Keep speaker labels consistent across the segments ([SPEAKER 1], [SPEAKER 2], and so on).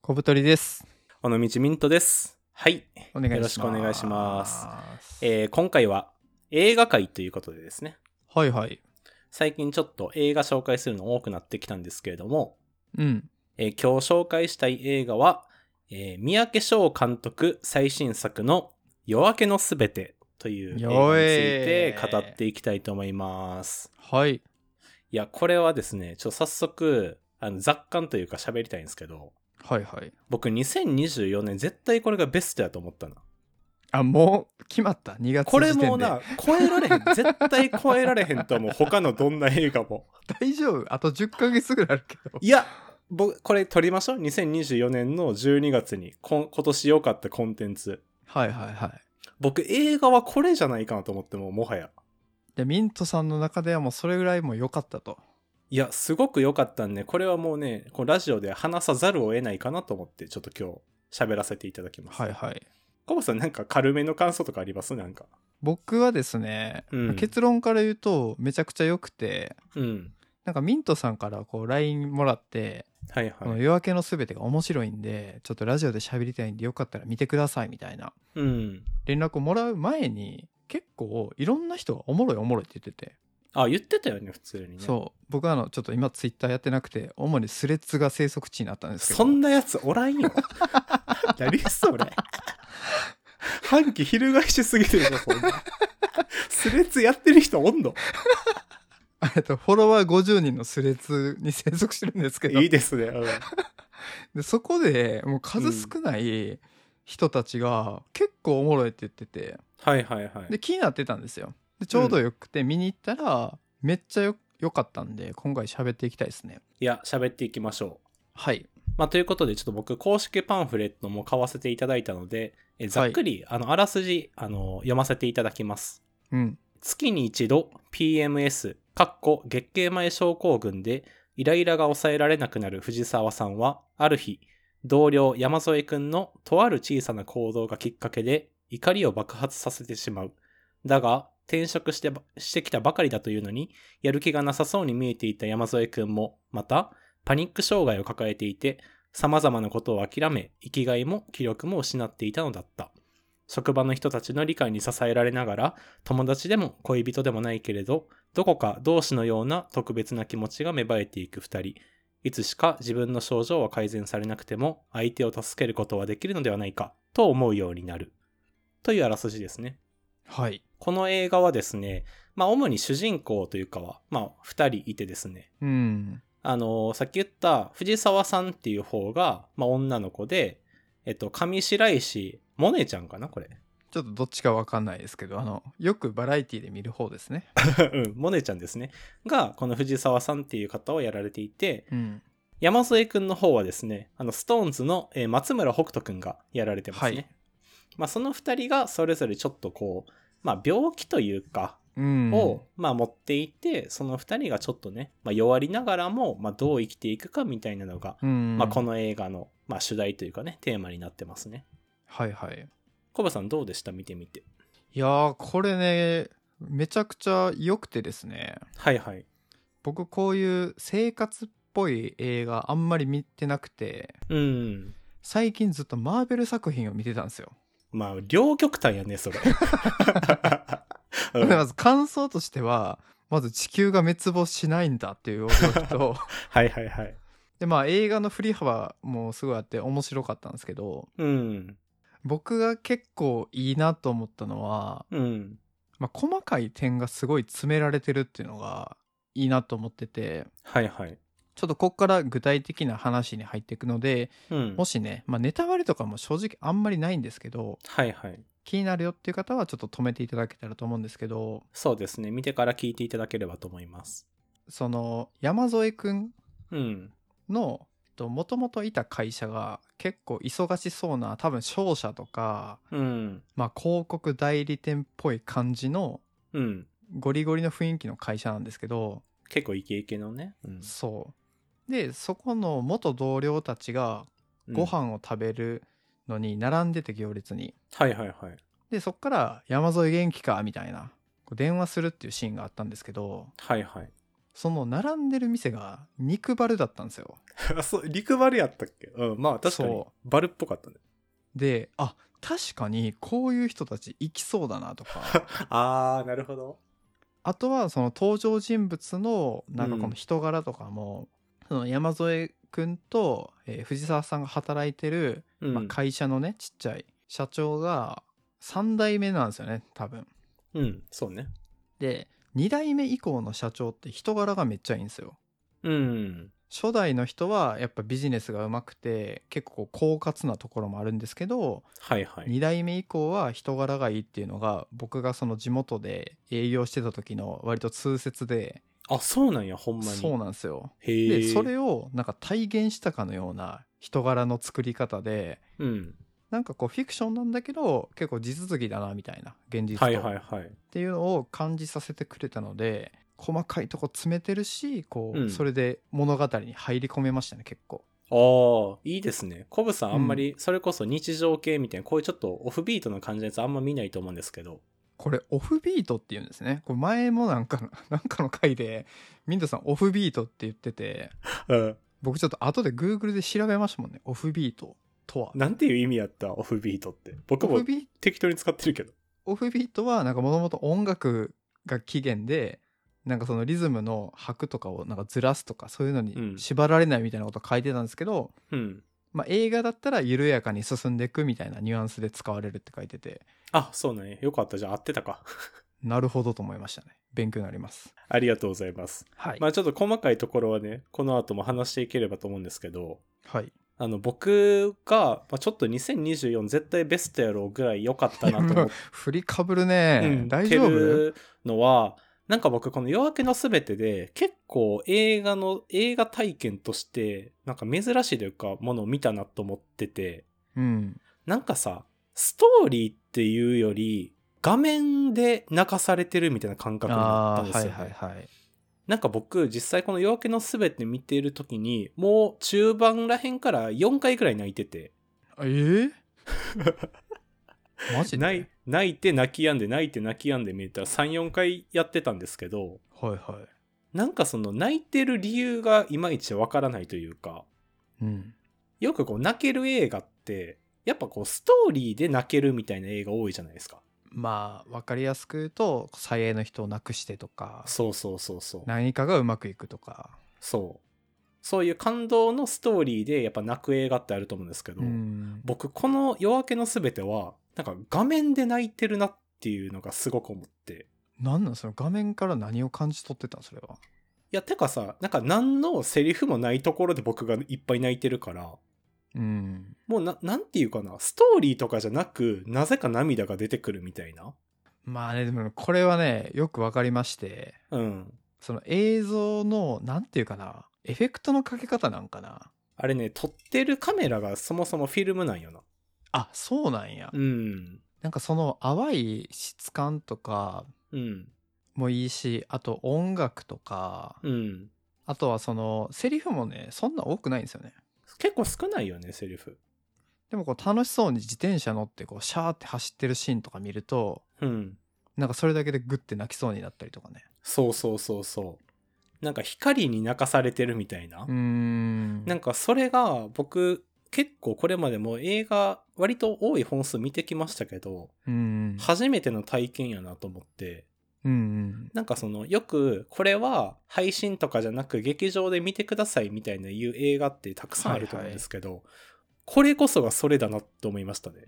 [SPEAKER 1] 小太りです。
[SPEAKER 2] 尾道ミントです。はい。
[SPEAKER 1] お願いします。
[SPEAKER 2] よろしくお願いしますえー今回は映画界ということでですね、
[SPEAKER 1] はいはい。
[SPEAKER 2] 最近ちょっと映画紹介するの多くなってきたんですけれども、
[SPEAKER 1] うん。
[SPEAKER 2] えー今日紹介したい映画は、えー三宅翔監督最新作の夜明けのすべてという映画について語っていきたいと思います。
[SPEAKER 1] はい。
[SPEAKER 2] いや、これはですね、ちょっと早速、あの雑感というか喋りたいんですけど、
[SPEAKER 1] はいはい。
[SPEAKER 2] 僕2024年絶対これがベストやと思ったな。
[SPEAKER 1] あ、もう決まった。2月時
[SPEAKER 2] これ
[SPEAKER 1] 点で。
[SPEAKER 2] もうな、超えられへん。絶対超えられへんと思う。他のどんな映画も。
[SPEAKER 1] 大丈夫。あと10ヶ月ぐらいあるけど。
[SPEAKER 2] いや、僕、これ撮りましょう。2024年の12月に、こん今年良かったコンテンツ。
[SPEAKER 1] はいはいはい。
[SPEAKER 2] 僕、映画はこれじゃないかなと思っても、もはや。
[SPEAKER 1] で、ミントさんの中ではもうそれぐらいもう良かったと。
[SPEAKER 2] いや、すごく良かったんで、これはもうね、こうラジオで話さざるを得ないかなと思って、ちょっと今日、喋らせていただきます。
[SPEAKER 1] はいはい。
[SPEAKER 2] コボさん、なんか軽めの感想とかありますなんか。
[SPEAKER 1] 僕はですね、
[SPEAKER 2] うん
[SPEAKER 1] 結論から言うとめちゃくちゃ良くて、
[SPEAKER 2] うん。
[SPEAKER 1] なんかミントさんからこう LINE もらって、
[SPEAKER 2] はい
[SPEAKER 1] この
[SPEAKER 2] はい。
[SPEAKER 1] 夜明けのすべてが面白いんで、ちょっとラジオで喋りたいんでよかったら見てくださいみたいな。
[SPEAKER 2] うん。
[SPEAKER 1] 連絡をもらう前に結構いろんな人がおもろいおもろいって言ってて、
[SPEAKER 2] あ、言ってたよね、普通にね。
[SPEAKER 1] そう僕はあのちょっと今ツイッターやってなくて主にスレッズが生息地になったんですけど
[SPEAKER 2] そんなやつおらん よ。何それ。反旗翻しすぎてるぞ、そんな。スレッズやってる人おんの
[SPEAKER 1] えっとフォロワー50人のスレッズに生息してるんですけど
[SPEAKER 2] いいですね。うん
[SPEAKER 1] でそこでもう数少ない人たちが結構おもろいって言ってて
[SPEAKER 2] はいはいはい。
[SPEAKER 1] で気になってたんですよでちょうどよくて見に行ったらめっちゃよ良かったんで今回喋っていきたいですね
[SPEAKER 2] いや、喋っていきましょ。
[SPEAKER 1] はいう
[SPEAKER 2] まあ、ということで、ちょっと僕、公式パンフレットも買わせていただいたので、えざっくり、あの、あらすじ、あの、読ませていただきます。
[SPEAKER 1] うん
[SPEAKER 2] 月に一度 PMS かっこ月経前症候群でイライラが抑えられなくなる藤沢さんはある日同僚山添くんのとある小さな行動がきっかけで怒りを爆発させてしまうだが転職してばしてきたばかりだというのにやる気がなさそうに見えていた山添くんもまたパニック障害を抱えていて様々なことを諦め生きがいも気力も失っていたのだった職場の人たちの理解に支えられながら友達でも恋人でもないけれどどこか同志のような特別な気持ちが芽生えていく2人いつしか自分の症状は改善されなくても相手を助けることはできるのではないかと思うようになるというあらすじですね
[SPEAKER 1] はい
[SPEAKER 2] この映画はですねまあ主に主人公というかはまあ2人いてですね
[SPEAKER 1] うん
[SPEAKER 2] あのさっき言った藤沢さんっていう方が、まあ、女の子でえっと上白石萌音ちゃんかなこれ
[SPEAKER 1] ちょっとどっちかわかんないですけどあのよくバラエティで見る方ですね
[SPEAKER 2] うん、モネちゃんですね。が、この藤沢さんっていう方をやられていて、
[SPEAKER 1] うん
[SPEAKER 2] 山添くんの方はですね、あの、ストーンズの、えー松村北斗くんがやられてますね。
[SPEAKER 1] はい
[SPEAKER 2] まあ、その二人がそれぞれちょっとこう、まあ、病気というか、
[SPEAKER 1] うん、
[SPEAKER 2] を、まあ、持っていて、その二人がちょっとね、まあ、弱りながらも、まあ、どう生きていくかみたいなのが、
[SPEAKER 1] うん
[SPEAKER 2] まあ、この映画の、まあ、主題というかね、テーマになってますね。
[SPEAKER 1] はいはい
[SPEAKER 2] コバさんどうでした見てみて。
[SPEAKER 1] いやーこれねめちゃくちゃ良くてですね
[SPEAKER 2] はいはい。
[SPEAKER 1] 僕こういう生活っぽい映画あんまり見てなくて
[SPEAKER 2] うん。
[SPEAKER 1] 最近ずっとマーベル作品を見てたんですよ、
[SPEAKER 2] まあ、両極端やね、 それ。うん
[SPEAKER 1] でまず感想としてはまず地球が滅亡しないんだっていう驚き と
[SPEAKER 2] はいはいはい。
[SPEAKER 1] でまあ映画の振り幅もすごいあって面白かったんですけど
[SPEAKER 2] うん。
[SPEAKER 1] 僕が結構いいなと思ったのは、
[SPEAKER 2] うん。
[SPEAKER 1] まあ、細かい点がすごい詰められてるっていうのがいいなと思ってて
[SPEAKER 2] はいはい。
[SPEAKER 1] ちょっとここから具体的な話に入っていくので、
[SPEAKER 2] うん。
[SPEAKER 1] もしね、まあ、ネタバレとかも正直あんまりないんですけど、
[SPEAKER 2] はいはい。
[SPEAKER 1] 気になるよっていう方はちょっと止めていただけたらと思うんですけど、
[SPEAKER 2] そうですね。見てから聞いていただければと思います。
[SPEAKER 1] その、山添くん
[SPEAKER 2] うん。
[SPEAKER 1] の、もともといた会社が結構忙しそうな、多分商社とか、
[SPEAKER 2] うん。
[SPEAKER 1] まあ、広告代理店っぽい感じの、
[SPEAKER 2] うん。
[SPEAKER 1] ゴリゴリの雰囲気の会社なんですけど、
[SPEAKER 2] 結構イケイケのね。うん
[SPEAKER 1] そう。で、そこの元同僚たちがご。
[SPEAKER 2] うん
[SPEAKER 1] 飯を食べるのに並んでて行列に。
[SPEAKER 2] はいはいはい。
[SPEAKER 1] でそっから「山添元気か?」みたいなこう電話するっていうシーンがあったんですけど
[SPEAKER 2] はいはい。
[SPEAKER 1] その並んでる店が肉バルだったんですよ
[SPEAKER 2] あ そう陸バルやったっけうんまあ確かに
[SPEAKER 1] そ
[SPEAKER 2] バルっぽかったね
[SPEAKER 1] であ確かにこういう人たち行きそうだなと か
[SPEAKER 2] ああなるほど
[SPEAKER 1] あとはその登場人物のなんかこ
[SPEAKER 2] うん
[SPEAKER 1] の人柄とかも、その山添君と、えー藤沢さんが働いてる、
[SPEAKER 2] うん、
[SPEAKER 1] まあ、会社のねちっちゃい社長が3代目なんですよね多分
[SPEAKER 2] うんそうね
[SPEAKER 1] で2代目以降の社長って人柄がめっちゃいいんですよ
[SPEAKER 2] うん
[SPEAKER 1] 初代の人はやっぱビジネスがうまくて結構こう狡猾なところもあるんですけど、
[SPEAKER 2] はいはい
[SPEAKER 1] 2代目以降は人柄がいいっていうのが僕がその地元で営業してた時の割と通説で
[SPEAKER 2] あそうなんやほんまに
[SPEAKER 1] そうなんですよ
[SPEAKER 2] へえ
[SPEAKER 1] でそれをなんか体現したかのような人柄の作り方で
[SPEAKER 2] うん
[SPEAKER 1] なんかこうフィクションなんだけど結構地続きだなみたいな現実と、
[SPEAKER 2] はいはいはい
[SPEAKER 1] っていうのを感じさせてくれたので細かいとこ詰めてるしこう、
[SPEAKER 2] うん
[SPEAKER 1] それで物語に入り込めましたね結構
[SPEAKER 2] ああ、いいですね。コブさん、
[SPEAKER 1] うん
[SPEAKER 2] あんまり、それこそ日常系みたいな、こういうちょっとオフビートな感じのやつ、あんま見ないと思うんですけど。
[SPEAKER 1] これオフビートっていうんですねこれ前もなんか なんかの回でミントさんオフビートって言ってて
[SPEAKER 2] うん。
[SPEAKER 1] 僕ちょっと後で Google で調べましたもんねオフビートとは
[SPEAKER 2] なんていう意味やったオフビートって。僕
[SPEAKER 1] オ
[SPEAKER 2] も
[SPEAKER 1] フビ
[SPEAKER 2] 適当に使ってるけど。
[SPEAKER 1] オフビートはなんかもともと音楽が起源でなんかそのリズムの拍とかをなんかずらすとかそういうの
[SPEAKER 2] うん
[SPEAKER 1] に縛られないみたいなこと書いてたんですけど、
[SPEAKER 2] うん。
[SPEAKER 1] まあ、映画だったら緩やかに進んでいくみたいなニュアンスで使われるって書いてて
[SPEAKER 2] あ、そうなんや。よかった。じゃあ、合ってたか。
[SPEAKER 1] なるほどと思いましたね勉強になります
[SPEAKER 2] ありがとうございます。
[SPEAKER 1] はい、
[SPEAKER 2] まあ、ちょっと細かいところはね、この後も話していければと思うんですけど、
[SPEAKER 1] はい、
[SPEAKER 2] あの、僕が、まあ、ちょっと2024絶対ベストやろうぐらい良かったなと思っ
[SPEAKER 1] 振りかぶるね、
[SPEAKER 2] うん
[SPEAKER 1] 大丈
[SPEAKER 2] って
[SPEAKER 1] 夫
[SPEAKER 2] るのはなんか僕この「夜明けのすべて」で結構映画の映画体験としてなんか珍しいというかものを見たなと思ってて
[SPEAKER 1] うん
[SPEAKER 2] なんかさストーリーっていうより画面で泣かされてるみたいな感覚だった
[SPEAKER 1] あ
[SPEAKER 2] んで
[SPEAKER 1] あ
[SPEAKER 2] す
[SPEAKER 1] は
[SPEAKER 2] よ、
[SPEAKER 1] い
[SPEAKER 2] ね
[SPEAKER 1] はいはい
[SPEAKER 2] なんか僕実際この「夜明けのすべて」見てる時にもう中盤らへんから4回ぐらい泣いてて
[SPEAKER 1] あえー、 マジで
[SPEAKER 2] 泣い泣いて泣き止んで泣いて泣き止んで見たら34回やってたんですけど
[SPEAKER 1] はいは
[SPEAKER 2] なんかその泣いてる理由がいまいちわからないというか、
[SPEAKER 1] いうん
[SPEAKER 2] よくこう泣ける映画って、やっぱこうストーリーで泣けるみたいな映画多いじゃないですか。
[SPEAKER 1] まあ分かりやすく言うと最愛の人を亡くしてとか
[SPEAKER 2] そうそうそうそう。
[SPEAKER 1] 何かがうまくいくとか
[SPEAKER 2] そう。そういう感動のストーリーでやっぱ泣く映画ってあると思うんですけど、
[SPEAKER 1] うん
[SPEAKER 2] 僕この夜明けのすべては、なんか画面で泣いてるなっていうのがすごく思って。
[SPEAKER 1] 何なんその画面から何を感じ取ってたんそれはい
[SPEAKER 2] や、てかさ、なんか何のセリフもないところで僕がいっぱい泣いてるから、
[SPEAKER 1] うん
[SPEAKER 2] もうな、なんていうかな、ストーリーとかじゃなく、なぜか涙が出てくるみたいな。
[SPEAKER 1] まあねでもこれはねよく分かりまして
[SPEAKER 2] うん。
[SPEAKER 1] その映像のなんていうかなエフェクトのかけ方なんかな
[SPEAKER 2] あれね、撮ってるカメラがそもそもフィルムなんよな。
[SPEAKER 1] あそうなんや、
[SPEAKER 2] うん。
[SPEAKER 1] なんかその淡い質感とか
[SPEAKER 2] うん。
[SPEAKER 1] もいいしあと音楽とか、
[SPEAKER 2] うん。
[SPEAKER 1] あとはそのセリフもねそんな多くないんですよね
[SPEAKER 2] 結構少ないよね、セリフ。
[SPEAKER 1] でもこう楽しそうに自転車乗ってこうシャーって走ってるシーンとか見ると
[SPEAKER 2] うん。
[SPEAKER 1] なんかそれだけでグッて泣きそうになったりとかね
[SPEAKER 2] そうそうそうそう。なんか光に泣かされてるみたいな。
[SPEAKER 1] うーん
[SPEAKER 2] なんかそれが僕、結構これまでも映画、割と多い本数見てきましたけど、
[SPEAKER 1] うん
[SPEAKER 2] 初めての体験やなと思って、
[SPEAKER 1] うんうん
[SPEAKER 2] なんかそのよくこれは配信とかじゃなく劇場で見てくださいみたいな言う映画ってたくさんあると思うんですけど、これこそがそれだなと思いましたね。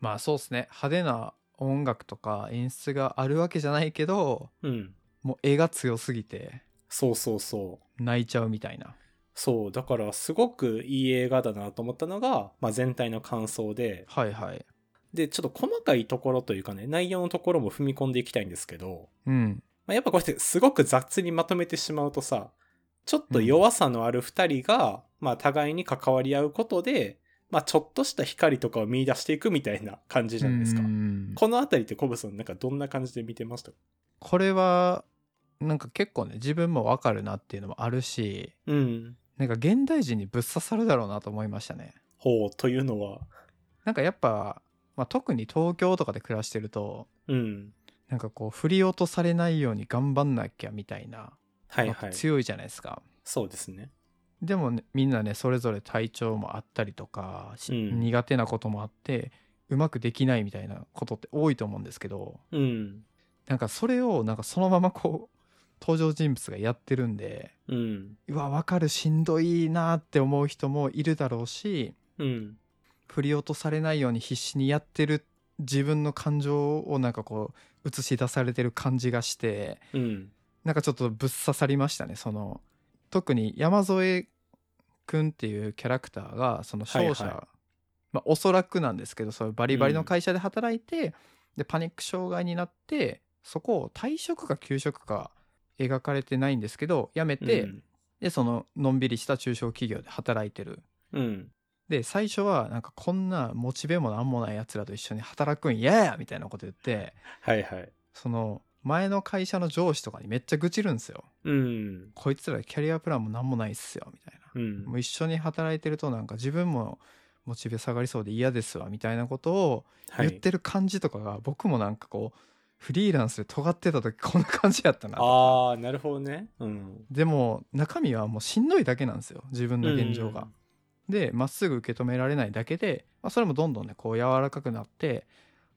[SPEAKER 1] まあそうですね派手な音楽とか演出があるわけじゃないけど
[SPEAKER 2] うん。
[SPEAKER 1] もう絵が強すぎて
[SPEAKER 2] そうそうそう。
[SPEAKER 1] 泣いちゃうみたいな
[SPEAKER 2] そう、だからすごくいい映画だなと思ったのが、まあ、全体の感想で、
[SPEAKER 1] はいはい
[SPEAKER 2] で、ちょっと細かいところというかね、内容のところも踏み込んでいきたいんですけど、
[SPEAKER 1] うん
[SPEAKER 2] まあ、やっぱこうやってすごく雑にまとめてしまうとさちょっと弱さのある二人が、まあ互いに関わり合うことで、まあ、ちょっとした光とかを見出していくみたいな感じじゃないですか。
[SPEAKER 1] うん
[SPEAKER 2] この辺りってコブさんなんかどんな感じで見てましたか
[SPEAKER 1] これはなんか結構ね自分もわかるなっていうのもあるし
[SPEAKER 2] うん。
[SPEAKER 1] なんか現代人にぶっ刺さるだろうなと思いましたね
[SPEAKER 2] ほうというのは。
[SPEAKER 1] なんかやっぱ、まあ、特に東京とかで暮らしてると
[SPEAKER 2] うん。
[SPEAKER 1] なんかこう振り落とされないように頑張んなきゃみたいな
[SPEAKER 2] はい
[SPEAKER 1] やっ
[SPEAKER 2] は
[SPEAKER 1] ぱ
[SPEAKER 2] い。
[SPEAKER 1] 強いじゃないですか、
[SPEAKER 2] そうですね。
[SPEAKER 1] でもね、みんなねそれぞれ体調もあったりとか、し
[SPEAKER 2] うん
[SPEAKER 1] 苦手なこともあってうまくできないみたいなことって多いと思うんですけど
[SPEAKER 2] うん。
[SPEAKER 1] なんかそれをなんかそのままこう登場人物がやってるんで
[SPEAKER 2] うん。
[SPEAKER 1] うわわかるしんどいなって思う人もいるだろうし
[SPEAKER 2] うん。
[SPEAKER 1] 振り落とされないように必死にやってる自分の感情をなんかこう映し出されてる感じがして
[SPEAKER 2] うん。
[SPEAKER 1] なんかちょっとぶっ刺さりましたねその特に山添くんっていうキャラクターがその商社、
[SPEAKER 2] はいは
[SPEAKER 1] まあ、おそらくなんですけどそういうバリバリの会社で働いて、でパニック障害になってそこを退職か休職か描かれてないんですけど辞めて、
[SPEAKER 2] うん
[SPEAKER 1] でそののんびりした中小企業で働いてる
[SPEAKER 2] うん。
[SPEAKER 1] で最初はなんかこんなモチベもなんもないやつらと一緒に働くん嫌やみたいなこと言って
[SPEAKER 2] はいはい。
[SPEAKER 1] その前の会社の上司とかにめっちゃ愚痴るんですよ
[SPEAKER 2] うん。
[SPEAKER 1] こいつらキャリアプランもなんもないっすよみたいな、
[SPEAKER 2] うん
[SPEAKER 1] もう。一緒に働いてるとなんか自分もモチベ下がりそうで嫌ですわみたいなことを
[SPEAKER 2] は
[SPEAKER 1] 言っ
[SPEAKER 2] い。
[SPEAKER 1] てる感じとかが、僕もなんかこうフリーランスで尖ってた時こんな感じやったなとか
[SPEAKER 2] ああ、なるほどね。うん。
[SPEAKER 1] でも中身はもうしんどいだけなんですよ自分の現状が、でまっすぐ受け止められないだけで、まあ、それもどんどんねこう柔らかくなって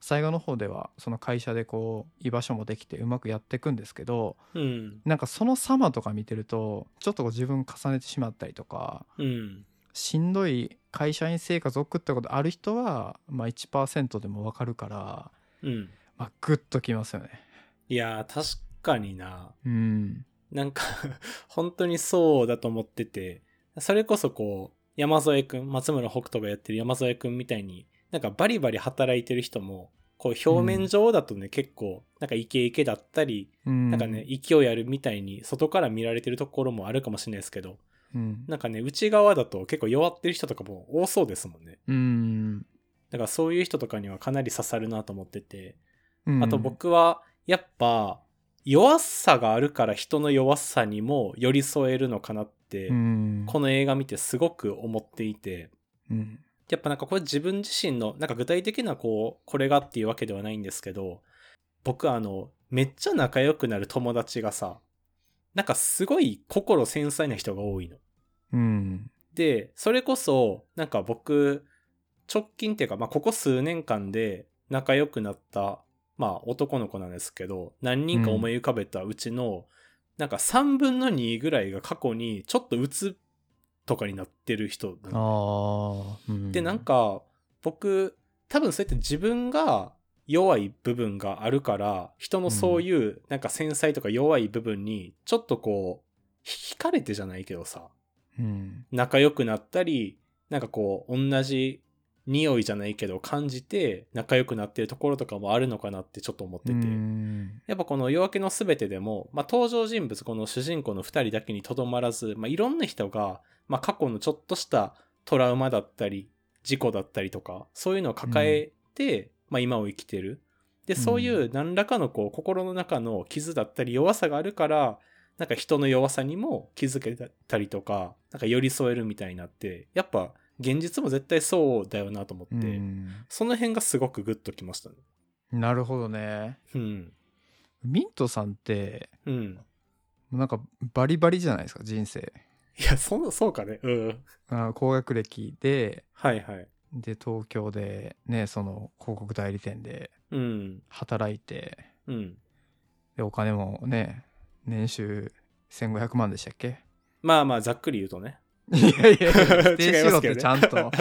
[SPEAKER 1] 最後の方ではその会社でこう居場所もできてうまくやっていくんですけど
[SPEAKER 2] うん。
[SPEAKER 1] なんかその様とか見てるとちょっとこう自分重ねてしまったりとか
[SPEAKER 2] うん。
[SPEAKER 1] しんどい会社員生活を送ったことある人は、まあ、1%でもわかるから、
[SPEAKER 2] うん。
[SPEAKER 1] まあ、グッときますよね。
[SPEAKER 2] いやー、確かにな。
[SPEAKER 1] うん、
[SPEAKER 2] なんか、 本当にそうだと思ってて、それこそこう、山添くん、松村北斗がやってる山添くんみたいに、なんかバリバリ働いてる人も、こう表面上だとね、結構、なんかイケイケだったり、
[SPEAKER 1] うん、
[SPEAKER 2] なんかね、、勢いあるみたいに、外から見られてるところもあるかもしれないですけど、
[SPEAKER 1] うん、
[SPEAKER 2] なんかね、内側だと結構弱ってる人とかも多そうですもんね。
[SPEAKER 1] うん、
[SPEAKER 2] だからそういう人とかにはかなり刺さるなと思ってて、
[SPEAKER 1] うん
[SPEAKER 2] あと、僕はやっぱ弱さがあるから人の弱さにも寄り添えるのかなって、
[SPEAKER 1] うん、
[SPEAKER 2] この映画見てすごく思っていて
[SPEAKER 1] うん、
[SPEAKER 2] やっぱなんかこれ自分自身のなんか具体的なこうこれがっていうわけではないんですけど僕あのめっちゃ仲良くなる友達がさなんかすごい心繊細な人が多いの。
[SPEAKER 1] うん、
[SPEAKER 2] で、それこそ、なんか僕、直近っていうか、まあ、ここ数年間で仲良くなった、まあ、男の子なんですけど、何人か思い浮かべたうちの、なんか3分の2ぐらいが過去にちょっとうつとかになってる人
[SPEAKER 1] あ
[SPEAKER 2] なの
[SPEAKER 1] あ、うん、
[SPEAKER 2] で、なん、か、僕、多分そうやって自分が弱い部分があるから、人のそういう、なんか繊細とか弱い部分に、ちょっとこう、惹かれてじゃないけどさ、
[SPEAKER 1] うん、
[SPEAKER 2] 仲良くなったりなんかこう同じ匂いじゃないけど感じて仲良くなってるところとかもあるのかなってちょっと思ってて、
[SPEAKER 1] うん、
[SPEAKER 2] やっぱこの「夜明けのすべて」でも、まあ、登場人物この主人公の2人だけにとどまらず、まあ、いろんな人が、まあ、過去のちょっとしたトラウマだったり事故だったりとかそういうのを抱えて、まあ、今を生きてるでそういう何らかのこう心の中の傷だったり弱さがあるからなんか人の弱さにも気づけたりとかなんか寄り添えるみたいになってやっぱ現実も絶対そうだよなと思って、
[SPEAKER 1] うん、
[SPEAKER 2] その辺がすごくグッときましたね。
[SPEAKER 1] なるほどね。
[SPEAKER 2] うん
[SPEAKER 1] ミントさんって、
[SPEAKER 2] うん、
[SPEAKER 1] なんかバリバリじゃないですか、人生。
[SPEAKER 2] いやそそうかねうん
[SPEAKER 1] あー高学歴で、
[SPEAKER 2] はいはい。
[SPEAKER 1] で東京でねその広告代理店で
[SPEAKER 2] うん。
[SPEAKER 1] 働いて
[SPEAKER 2] うん。
[SPEAKER 1] でお金もね年収1500万でしたっけ
[SPEAKER 2] まあまあ、ざっくり言うとね。
[SPEAKER 1] いや いや
[SPEAKER 2] 違いますけど
[SPEAKER 1] 否
[SPEAKER 2] ね
[SPEAKER 1] 定しろってちゃんと、
[SPEAKER 2] まあ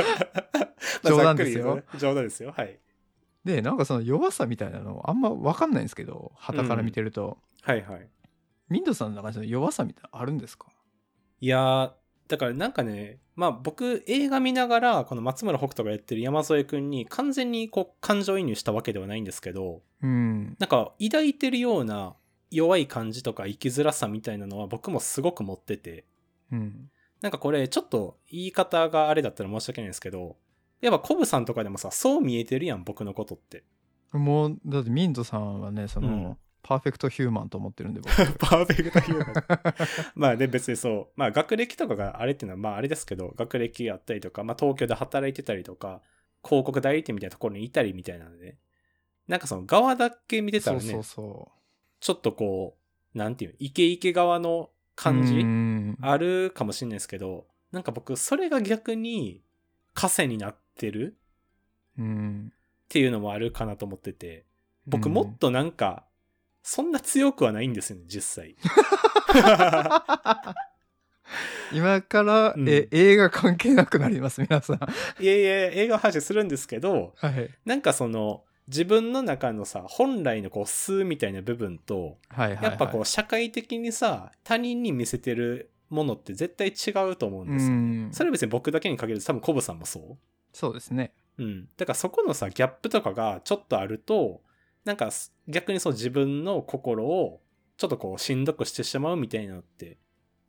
[SPEAKER 1] 冗談ですよ
[SPEAKER 2] ざっくり言うとね冗談ですよ。はい。
[SPEAKER 1] でなんかその弱さみたいなのあんま分かんないんですけど傍から見てると、
[SPEAKER 2] はいはい。
[SPEAKER 1] ミントさんの中でその弱さみたいなのあるんですか
[SPEAKER 2] いやー、だからなんかね、まあ僕、映画見ながら、この松村北斗がやってる山添くんに完全にこう、感情移入したわけではないんですけど、
[SPEAKER 1] うん
[SPEAKER 2] なんか抱いてるような弱い感じとか生きづらさみたいなのは僕もすごく持ってて、
[SPEAKER 1] うん
[SPEAKER 2] なんかこれちょっと言い方があれだったら申し訳ないんですけど、やっぱコブさんとかでもさ、そう見えてるやん、僕のことって。
[SPEAKER 1] もうだってミントさんはねその、
[SPEAKER 2] うん
[SPEAKER 1] パーフェクトヒューマンと思ってるん で僕
[SPEAKER 2] パーフェクトヒューマン。 まあね、別にそう。まあ学歴とかがあれっていうのはまああれですけど、学歴があったりとか、まあ東京で働いてたりとか、広告代理店みたいなところにいたりみたいなのでね、なんかその側だけ見てた
[SPEAKER 1] そ
[SPEAKER 2] ら
[SPEAKER 1] う
[SPEAKER 2] ね、
[SPEAKER 1] そうそ
[SPEAKER 2] ちょっとこう、なんていうのイケイケ側の感じ
[SPEAKER 1] うん
[SPEAKER 2] あるかもしれないですけど、なんか僕、それが逆に、枷になってる
[SPEAKER 1] うん
[SPEAKER 2] っていうのもあるかなと思ってて、僕もっとなんか、そんな強くはないんですよね、実 際。
[SPEAKER 1] 今から、
[SPEAKER 2] うん
[SPEAKER 1] え映画関係なくなります皆さん
[SPEAKER 2] いやいや、映画の話するんですけど、
[SPEAKER 1] はい
[SPEAKER 2] なんかその、自分の中のさ、本来のこう、素みたいな部分と、
[SPEAKER 1] はいはいはい
[SPEAKER 2] やっぱこう、社会的にさ、他人に見せてるものって絶対違うと思うんですよ。
[SPEAKER 1] ん
[SPEAKER 2] それは別に僕だけに限らず、多分コブさんもそう
[SPEAKER 1] そうですね
[SPEAKER 2] うん。だからそこのさ、ギャップとかがちょっとあると、なんかす逆にそう自分の心をちょっとこうしんどくしてしまうみたいなのって、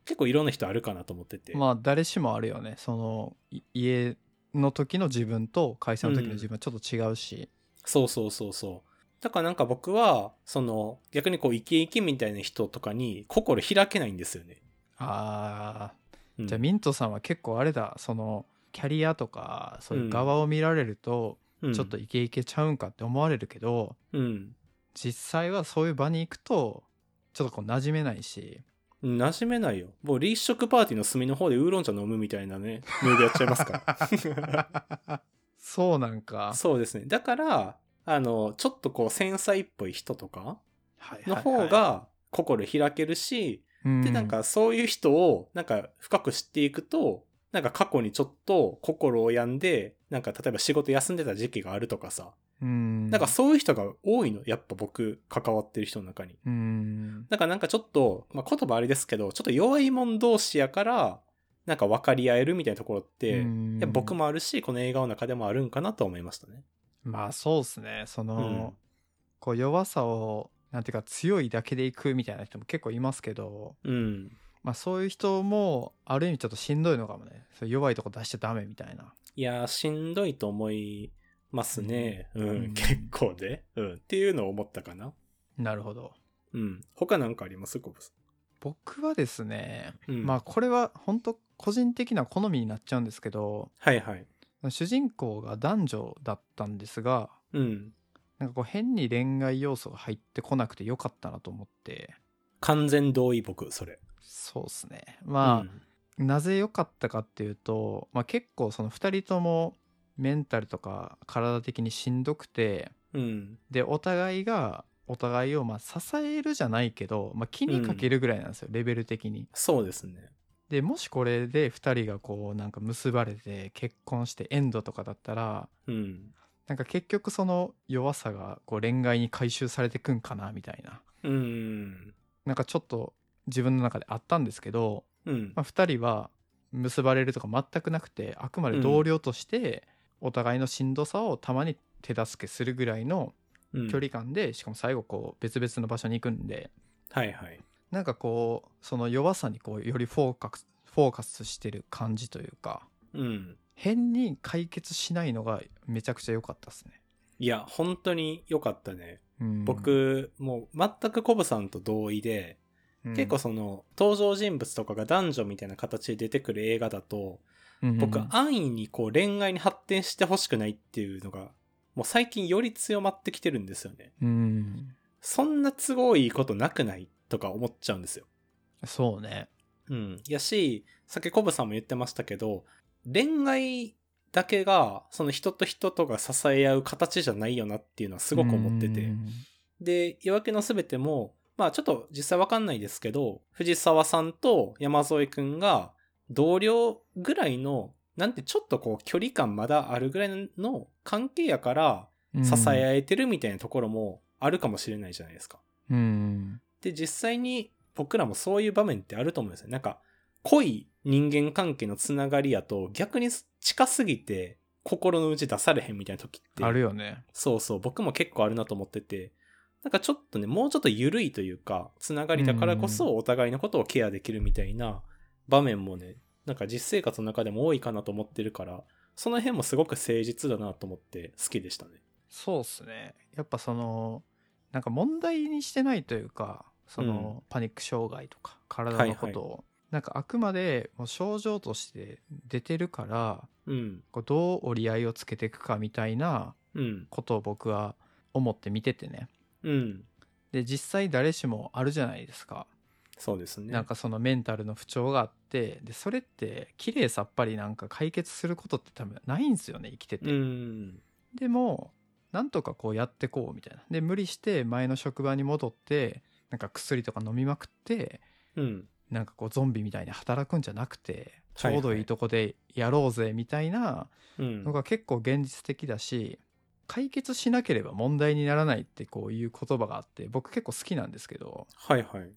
[SPEAKER 2] 結構いろんな人あるかなと思ってて。
[SPEAKER 1] まあ誰しもあるよねそのい家の時の自分と会社の時の自分はちょっと違うし、
[SPEAKER 2] そうそうそうそう。だからなんか僕は、その逆にこうイケイケみたいな人とかに心開けないんですよね。
[SPEAKER 1] あ
[SPEAKER 2] う
[SPEAKER 1] ー
[SPEAKER 2] ん、
[SPEAKER 1] じゃあミントさんは結構あれだそのキャリアとかそういう側を見られると、
[SPEAKER 2] うん
[SPEAKER 1] ちょっとイケイケちゃうんかって思われるけど、
[SPEAKER 2] うん。
[SPEAKER 1] 実際はそういう場に行くとちょっとこう馴染めないし
[SPEAKER 2] 馴染めないよ。もう立食パーティーの隅の方でウーロン茶飲むみたいなね、ムードやっちゃいますから。
[SPEAKER 1] そうなん か
[SPEAKER 2] そうですね。だから、あの、ちょっとこう繊細っぽい人とか、
[SPEAKER 1] はいはい
[SPEAKER 2] の
[SPEAKER 1] はい
[SPEAKER 2] 方が心開けるし、
[SPEAKER 1] うん
[SPEAKER 2] で、なんかそういう人を、なんか深く知っていくと、なんか過去にちょっと心を病んで、なんか例えば仕事休んでた時期があるとかさ、
[SPEAKER 1] うん
[SPEAKER 2] なんかそういう人が多いの、やっぱ僕、関わってる人の中に。
[SPEAKER 1] うん
[SPEAKER 2] だからなんかちょっと、まあ、言葉あれですけど、ちょっと弱いもん同士やから、なんか分かり合えるみたいなところって、いや僕
[SPEAKER 1] も
[SPEAKER 2] もあるし、この映画の中でもあるんかなと思いましたね。
[SPEAKER 1] まあそうですねその、
[SPEAKER 2] うん
[SPEAKER 1] こう弱さをなんていうか強いだけでいくみたいな人も結構いますけど、
[SPEAKER 2] うん。
[SPEAKER 1] まあ、そういう人もある意味ちょっとしんどいのかもねそう弱いとこ出しちゃダメみたいない
[SPEAKER 2] やー、しんどいと思いますね。うん、
[SPEAKER 1] うん
[SPEAKER 2] 結構で、うん。っていうのを思ったかな。
[SPEAKER 1] なるほど
[SPEAKER 2] うん。他なんかありますコブさ
[SPEAKER 1] 僕はですね、
[SPEAKER 2] ん。うん。
[SPEAKER 1] まあこれは本当個人的な好みになっちゃうんですけど
[SPEAKER 2] はいはい。
[SPEAKER 1] 主人公が男女だったんですが
[SPEAKER 2] うん。
[SPEAKER 1] なんかこう変に恋愛要素が入ってこなくてよかったなと思って
[SPEAKER 2] 完全同意僕、それ。
[SPEAKER 1] そうですねまあ、
[SPEAKER 2] うん
[SPEAKER 1] なぜ良かったかっていうと、まあ、結構その2人ともメンタルとか体的にしんどくて
[SPEAKER 2] うん。
[SPEAKER 1] でお互いがお互いをまあ支えるじゃないけど、まあ、気にかけるぐらいなんですよ、レベル的に。
[SPEAKER 2] そうですね。
[SPEAKER 1] でもしこれで2人がこうなんか結ばれて結婚してエンドとかだったら
[SPEAKER 2] うん。
[SPEAKER 1] なんか結局その弱さがこう恋愛に回収されてくんかなみたいな
[SPEAKER 2] うん。
[SPEAKER 1] なんかちょっと自分の中であったんですけど、
[SPEAKER 2] うん
[SPEAKER 1] ま。あ、2人は結ばれるとか全くなくてあくまで同僚としてお互いのしんどさをたまに手助けするぐらいの
[SPEAKER 2] うん
[SPEAKER 1] 距離感で、しかも最後こう別々の場所に行くんで
[SPEAKER 2] はいはい。
[SPEAKER 1] なんかこうその弱さにこうよりフォーカスフォーカスしてる感じというか
[SPEAKER 2] うん。
[SPEAKER 1] 変に解決しないのがめちゃくちゃ良かったですね。
[SPEAKER 2] いや、本当に良かったね。
[SPEAKER 1] うん、
[SPEAKER 2] 僕、もう全くコブさんと同意で、
[SPEAKER 1] うん
[SPEAKER 2] 結構その、登場人物とかが男女みたいな形で出てくる映画だと、
[SPEAKER 1] うん
[SPEAKER 2] 僕は安易にこう恋愛に発展してほしくないっていうのがもう最近より強まってきてるんですよね
[SPEAKER 1] うん
[SPEAKER 2] そんな都合いいことなくないとか思っちゃうんですよ
[SPEAKER 1] そうね。
[SPEAKER 2] うんやしさっきコブさんも言ってましたけど恋愛だけがその人と人とが支え合う形じゃないよなっていうのはすごく思ってて、
[SPEAKER 1] うん
[SPEAKER 2] で「夜明けのすべても」まあちょっと実際わかんないですけど藤沢さんと山添くんが同僚ぐらいのなんてちょっとこう距離感まだあるぐらいの関係やから支え合えてるみたいなところもあるかもしれないじゃないですか。
[SPEAKER 1] うん
[SPEAKER 2] で実際に僕らもそういう場面ってあると思うんですよ。なんか濃い人間関係のつながりやと逆に近すぎて心の内出されへんみたいな時って
[SPEAKER 1] あるよね。
[SPEAKER 2] そうそう、僕も結構あるなと思ってて、なんかちょっとね、もうちょっと緩いというか、つながりだからこ
[SPEAKER 1] うん
[SPEAKER 2] そお互いのことをケアできるみたいな場面もね、なんか実生活の中でも多いかなと思ってるから、その辺もすごく誠実だなと思って好きでしたね。
[SPEAKER 1] そうっすねやっぱそのなんか問題にしてないというかその、パニック障害とか体のことを、なんかあくまでもう症状として出てるから
[SPEAKER 2] うん、
[SPEAKER 1] こうどう折り合いをつけていくかみたいな
[SPEAKER 2] うん、
[SPEAKER 1] ことを僕は思って見ててね
[SPEAKER 2] うん。
[SPEAKER 1] で実際誰しもあるじゃないですか
[SPEAKER 2] そうですね。
[SPEAKER 1] なんかそのメンタルの不調があってでそれって綺麗さっぱりなんか解決することって多分ないんですよね生きてて、
[SPEAKER 2] うん。
[SPEAKER 1] でもなんとかこうやってこうみたいなで無理して前の職場に戻ってなんか薬とか飲みまくって
[SPEAKER 2] うん。
[SPEAKER 1] なんかこうゾンビみたいに働くんじゃなくてち
[SPEAKER 2] はいはい
[SPEAKER 1] ょうどいいとこでやろうぜみたいな
[SPEAKER 2] うん
[SPEAKER 1] の。が結構現実的だし解決しなければ問題にならないってこういう言葉があって僕結構好きなんですけど
[SPEAKER 2] はいはい。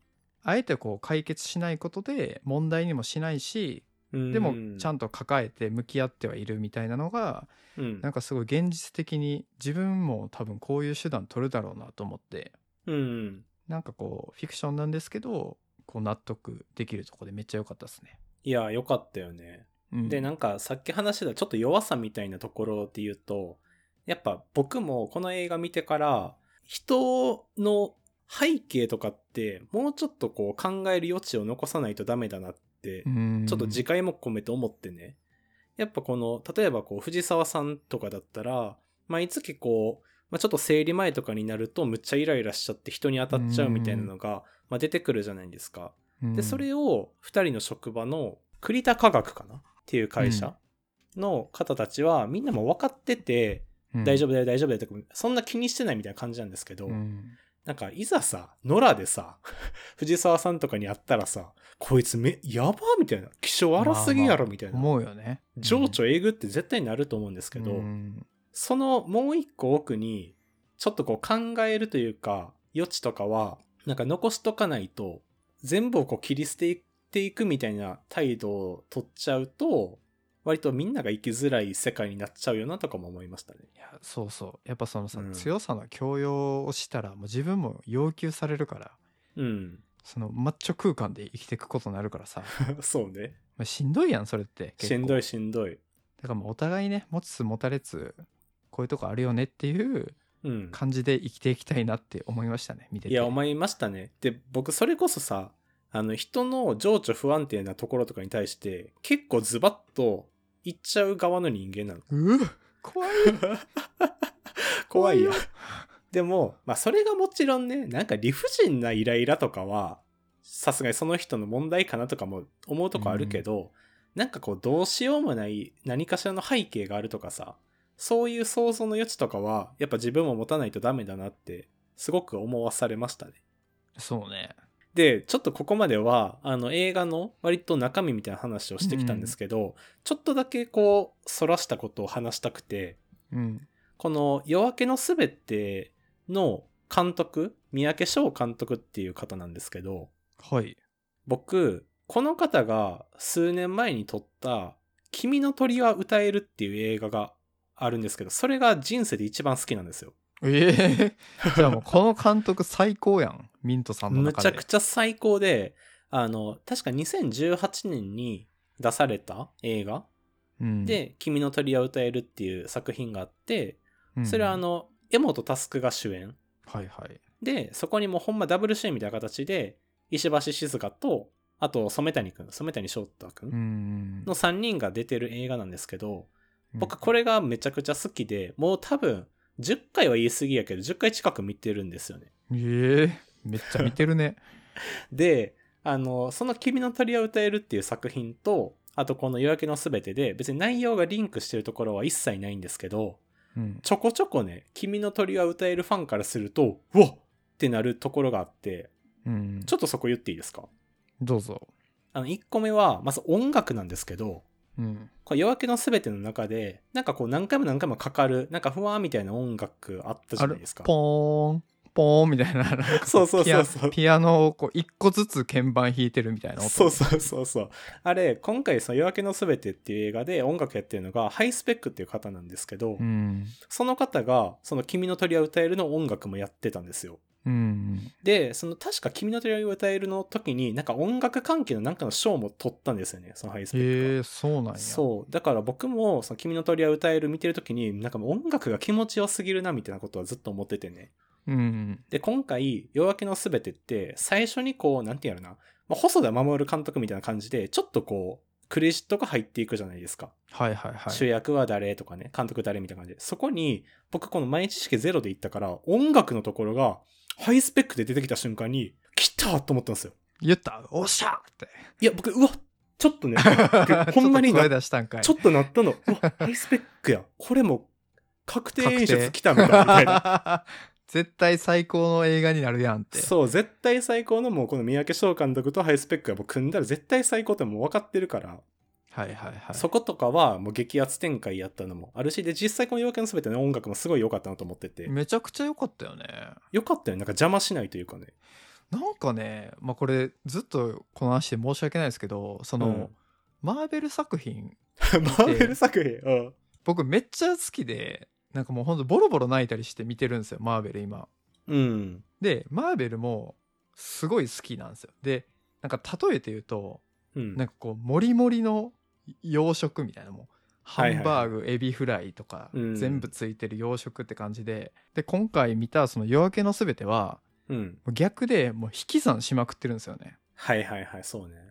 [SPEAKER 1] あえてこう解決しないことで問題にもしないし
[SPEAKER 2] で
[SPEAKER 1] でもちゃんと抱えて向き合ってはいるみたいなのが
[SPEAKER 2] と、うん
[SPEAKER 1] なんかすごい現実的に自分も多分こういう手段取るだろうなと思って
[SPEAKER 2] うん。
[SPEAKER 1] なんかこうフィクションなんですけどこう納得できるとこでめっちゃ良かったですね。
[SPEAKER 2] いや、よかったよね。
[SPEAKER 1] うん、
[SPEAKER 2] で、なんんかさっき話したちょっと弱さみたいなところで言うと、やっぱ僕もこの映画見てから、人の背景とかってもうちょっとこう考える余地を残さないとダメだなって、ちょっと自戒も込めて思ってね。やっぱこの、例えばこう、藤沢さんとかだったら、毎月こう、まあ、ちょっと生理前とかになるとむっちゃイライラしちゃって人に当たっちゃうみたいなのが、まあ、出てくるじゃないですか。
[SPEAKER 1] うん
[SPEAKER 2] で、それを2人の職場の栗田科学かなっていう会社の方たちはみんなもう分かってて、大丈夫だよ大丈夫だよとか、そんな気にしてないみたいな感じなんですけど、
[SPEAKER 1] うん
[SPEAKER 2] なんかいざさ、野良でさ、 藤沢さんとかに会ったらさ、こいつめ、やばみたいな、気性荒すぎやろみたいな、
[SPEAKER 1] 思うよね。
[SPEAKER 2] 情緒えぐって絶対になると思うんですけど、
[SPEAKER 1] うん
[SPEAKER 2] そのもう一個奥に、ちょっとこう考えるというか、余地とかは、なんか残しとかないと、全部をこう切り捨てていくみたいな態度を取っちゃうと、割とみんなが生きづらい世界になっちゃうよなとかも思いましたね。
[SPEAKER 1] いやそうそうやっぱそのさ、
[SPEAKER 2] うん
[SPEAKER 1] 強さの強要をしたらもう自分も要求されるから
[SPEAKER 2] うん。
[SPEAKER 1] そのマッチョ空間で生きていくことになるからさ、ま
[SPEAKER 2] そうね。
[SPEAKER 1] あ、しんどいやんそれって
[SPEAKER 2] しんど
[SPEAKER 1] い
[SPEAKER 2] いしんどい。
[SPEAKER 1] だからもうお互いね持ちつ持たれつこういうとこあるよねっていう
[SPEAKER 2] うん。
[SPEAKER 1] 感じで生きていきたいなって思いましたね見てて
[SPEAKER 2] いや、思いましたね。で、僕それこそさ、あの人の情緒不安定なところとかに対して、結構ズバッと言っちゃう側の人間なの。
[SPEAKER 1] うっ怖い
[SPEAKER 2] 怖いよ。 でも、まあそれがもちろんね、なんか理不尽なイライラとかは、さすがにその人の問題かなとかも思うとこあるけど、なんかこうどうしようもない何かしらの背景があるとかさ、そういう想像の余地とかは、やっぱ自分も持たないとダメだなって、すごく思わされましたね。
[SPEAKER 1] そうね
[SPEAKER 2] で、ちょっとここまでは、あの映画の割と中身みたいな話をしてきたんですけど、ちょっとだけこう、そらしたことを話したくて、
[SPEAKER 1] うん
[SPEAKER 2] この「夜明けのすべて」の監督三宅翔監督っていう方なんですけど
[SPEAKER 1] はい
[SPEAKER 2] 僕この方が数年前に撮った「君の鳥は歌える」っていう映画があるんですけどそれが人生で一番好きなんですよ
[SPEAKER 1] ええじゃあもうこの監督最高やんミントさんの
[SPEAKER 2] む
[SPEAKER 1] 中
[SPEAKER 2] ち
[SPEAKER 1] で
[SPEAKER 2] ゃくちゃ最高であの確か2018年に出された映画
[SPEAKER 1] うん
[SPEAKER 2] で「君の鳥は歌える」っていう作品があって
[SPEAKER 1] うん
[SPEAKER 2] それはあの江本佑が主演
[SPEAKER 1] はいはい
[SPEAKER 2] で、そこにもうほんまダブル主演みたいな形で、石橋静香と、あと染谷くん、染谷翔太く
[SPEAKER 1] うんん
[SPEAKER 2] の3人が出てる映画なんですけど、僕こ
[SPEAKER 1] れ
[SPEAKER 2] れがめちゃくちゃ好きで、もう多分10回は言い過ぎやけど、10回近く見てるんですよね。
[SPEAKER 1] ええめっちゃ見てるね
[SPEAKER 2] で、あの、その君の鳥を歌えるっていう作品と、あとこの夜明けのすべてで、別に内容がリンクしてるところは一切ないんですけど、
[SPEAKER 1] うん
[SPEAKER 2] ちょこちょこね、君の鳥は歌えるファンからすると、うわっってなるところがあって、
[SPEAKER 1] うん
[SPEAKER 2] ちょっとそこ言っていいですか
[SPEAKER 1] どうぞ
[SPEAKER 2] あの1個目はまず音楽なんですけど
[SPEAKER 1] うん
[SPEAKER 2] これ夜明けのすべての中でなんかこう何回も何回もかかるなんかふわーみたいな音楽あったじゃないですか
[SPEAKER 1] ポーンポーンみたいななんか
[SPEAKER 2] そうそうそうそう
[SPEAKER 1] ピアピアノをこう一個ずつ鍵盤弾いてるみたいな音
[SPEAKER 2] そうそうそうそうあれ今回その「夜明けのすべて」っていう映画で音楽やってるのがハイスペックっていう方なんですけ
[SPEAKER 1] う
[SPEAKER 2] ど、
[SPEAKER 1] ん
[SPEAKER 2] その方がその「君の鳥は歌える」の音楽もやってたんですよ
[SPEAKER 1] うん
[SPEAKER 2] でその確か「君の鳥は歌える」の時になんか音楽関係のなんかの賞も取ったんですよねそのハイスペックが
[SPEAKER 1] へえそうなんや
[SPEAKER 2] そうだから僕も「その君の鳥は歌える」見てる時になんかもう音楽が気持ちよすぎるなみたいなことはずっと思っててね
[SPEAKER 1] うん
[SPEAKER 2] で今回「夜明けのすべて」って最初にこうなんて言うのな、まあ、細田守監督みたいな感じでちょっとこうクレジットが入っていくじゃないですか、
[SPEAKER 1] はいはいはい
[SPEAKER 2] 主役は誰とかね監督誰みたいな感じでそこに僕この前知識ゼロで行ったから音楽のところがハイスペックで出てきた瞬間に来たと思ったんですよ
[SPEAKER 1] 言ったおっしゃって。
[SPEAKER 2] いや、僕、うわ、ちょっ とね、 ほんまに
[SPEAKER 1] ちょっと声
[SPEAKER 2] な
[SPEAKER 1] 出したんかい。
[SPEAKER 2] ちょっとなったの。うわ、ハイスペックや。これも、確定演出来たみたいみ たいな。
[SPEAKER 1] 絶対最高の映画になるやんって。
[SPEAKER 2] そう、絶対最高のもうこの三宅翔監督とハイスペックがもう組んだら絶対最高ってもう分かってるから、
[SPEAKER 1] はいはいはい。
[SPEAKER 2] そことかはもう激アツ展開やったのもあるし、で、実際この要件の全ての音楽もすごい良かったなと思ってて、
[SPEAKER 1] めちゃくちゃ良かったよね。
[SPEAKER 2] 良かったよね。なんか邪魔しないとい うかね。
[SPEAKER 1] なんかね、まあ、これずっとこの話で申し訳ないですけど、その、
[SPEAKER 2] うん
[SPEAKER 1] マーベル作品、
[SPEAKER 2] マーベル作品。うん。
[SPEAKER 1] 僕めっちゃ好きで、なんかもうほんとボロボロ泣いたりして見てるんですよ、マーベル今。
[SPEAKER 2] うん。
[SPEAKER 1] で、マーベルもすごい好きなんですよ。で、なんか例えて言うと、
[SPEAKER 2] うん
[SPEAKER 1] なんかこう、もりもりの洋食みたいなもん。ハ
[SPEAKER 2] はいはい
[SPEAKER 1] ンバーグ、エビフライとか、
[SPEAKER 2] うん
[SPEAKER 1] 全部ついてる洋食って感じで。で、今回見たその夜明けのすべては、
[SPEAKER 2] うん。
[SPEAKER 1] 逆でもう引き算しまくってるんですよね。
[SPEAKER 2] はいはいはい、そうね。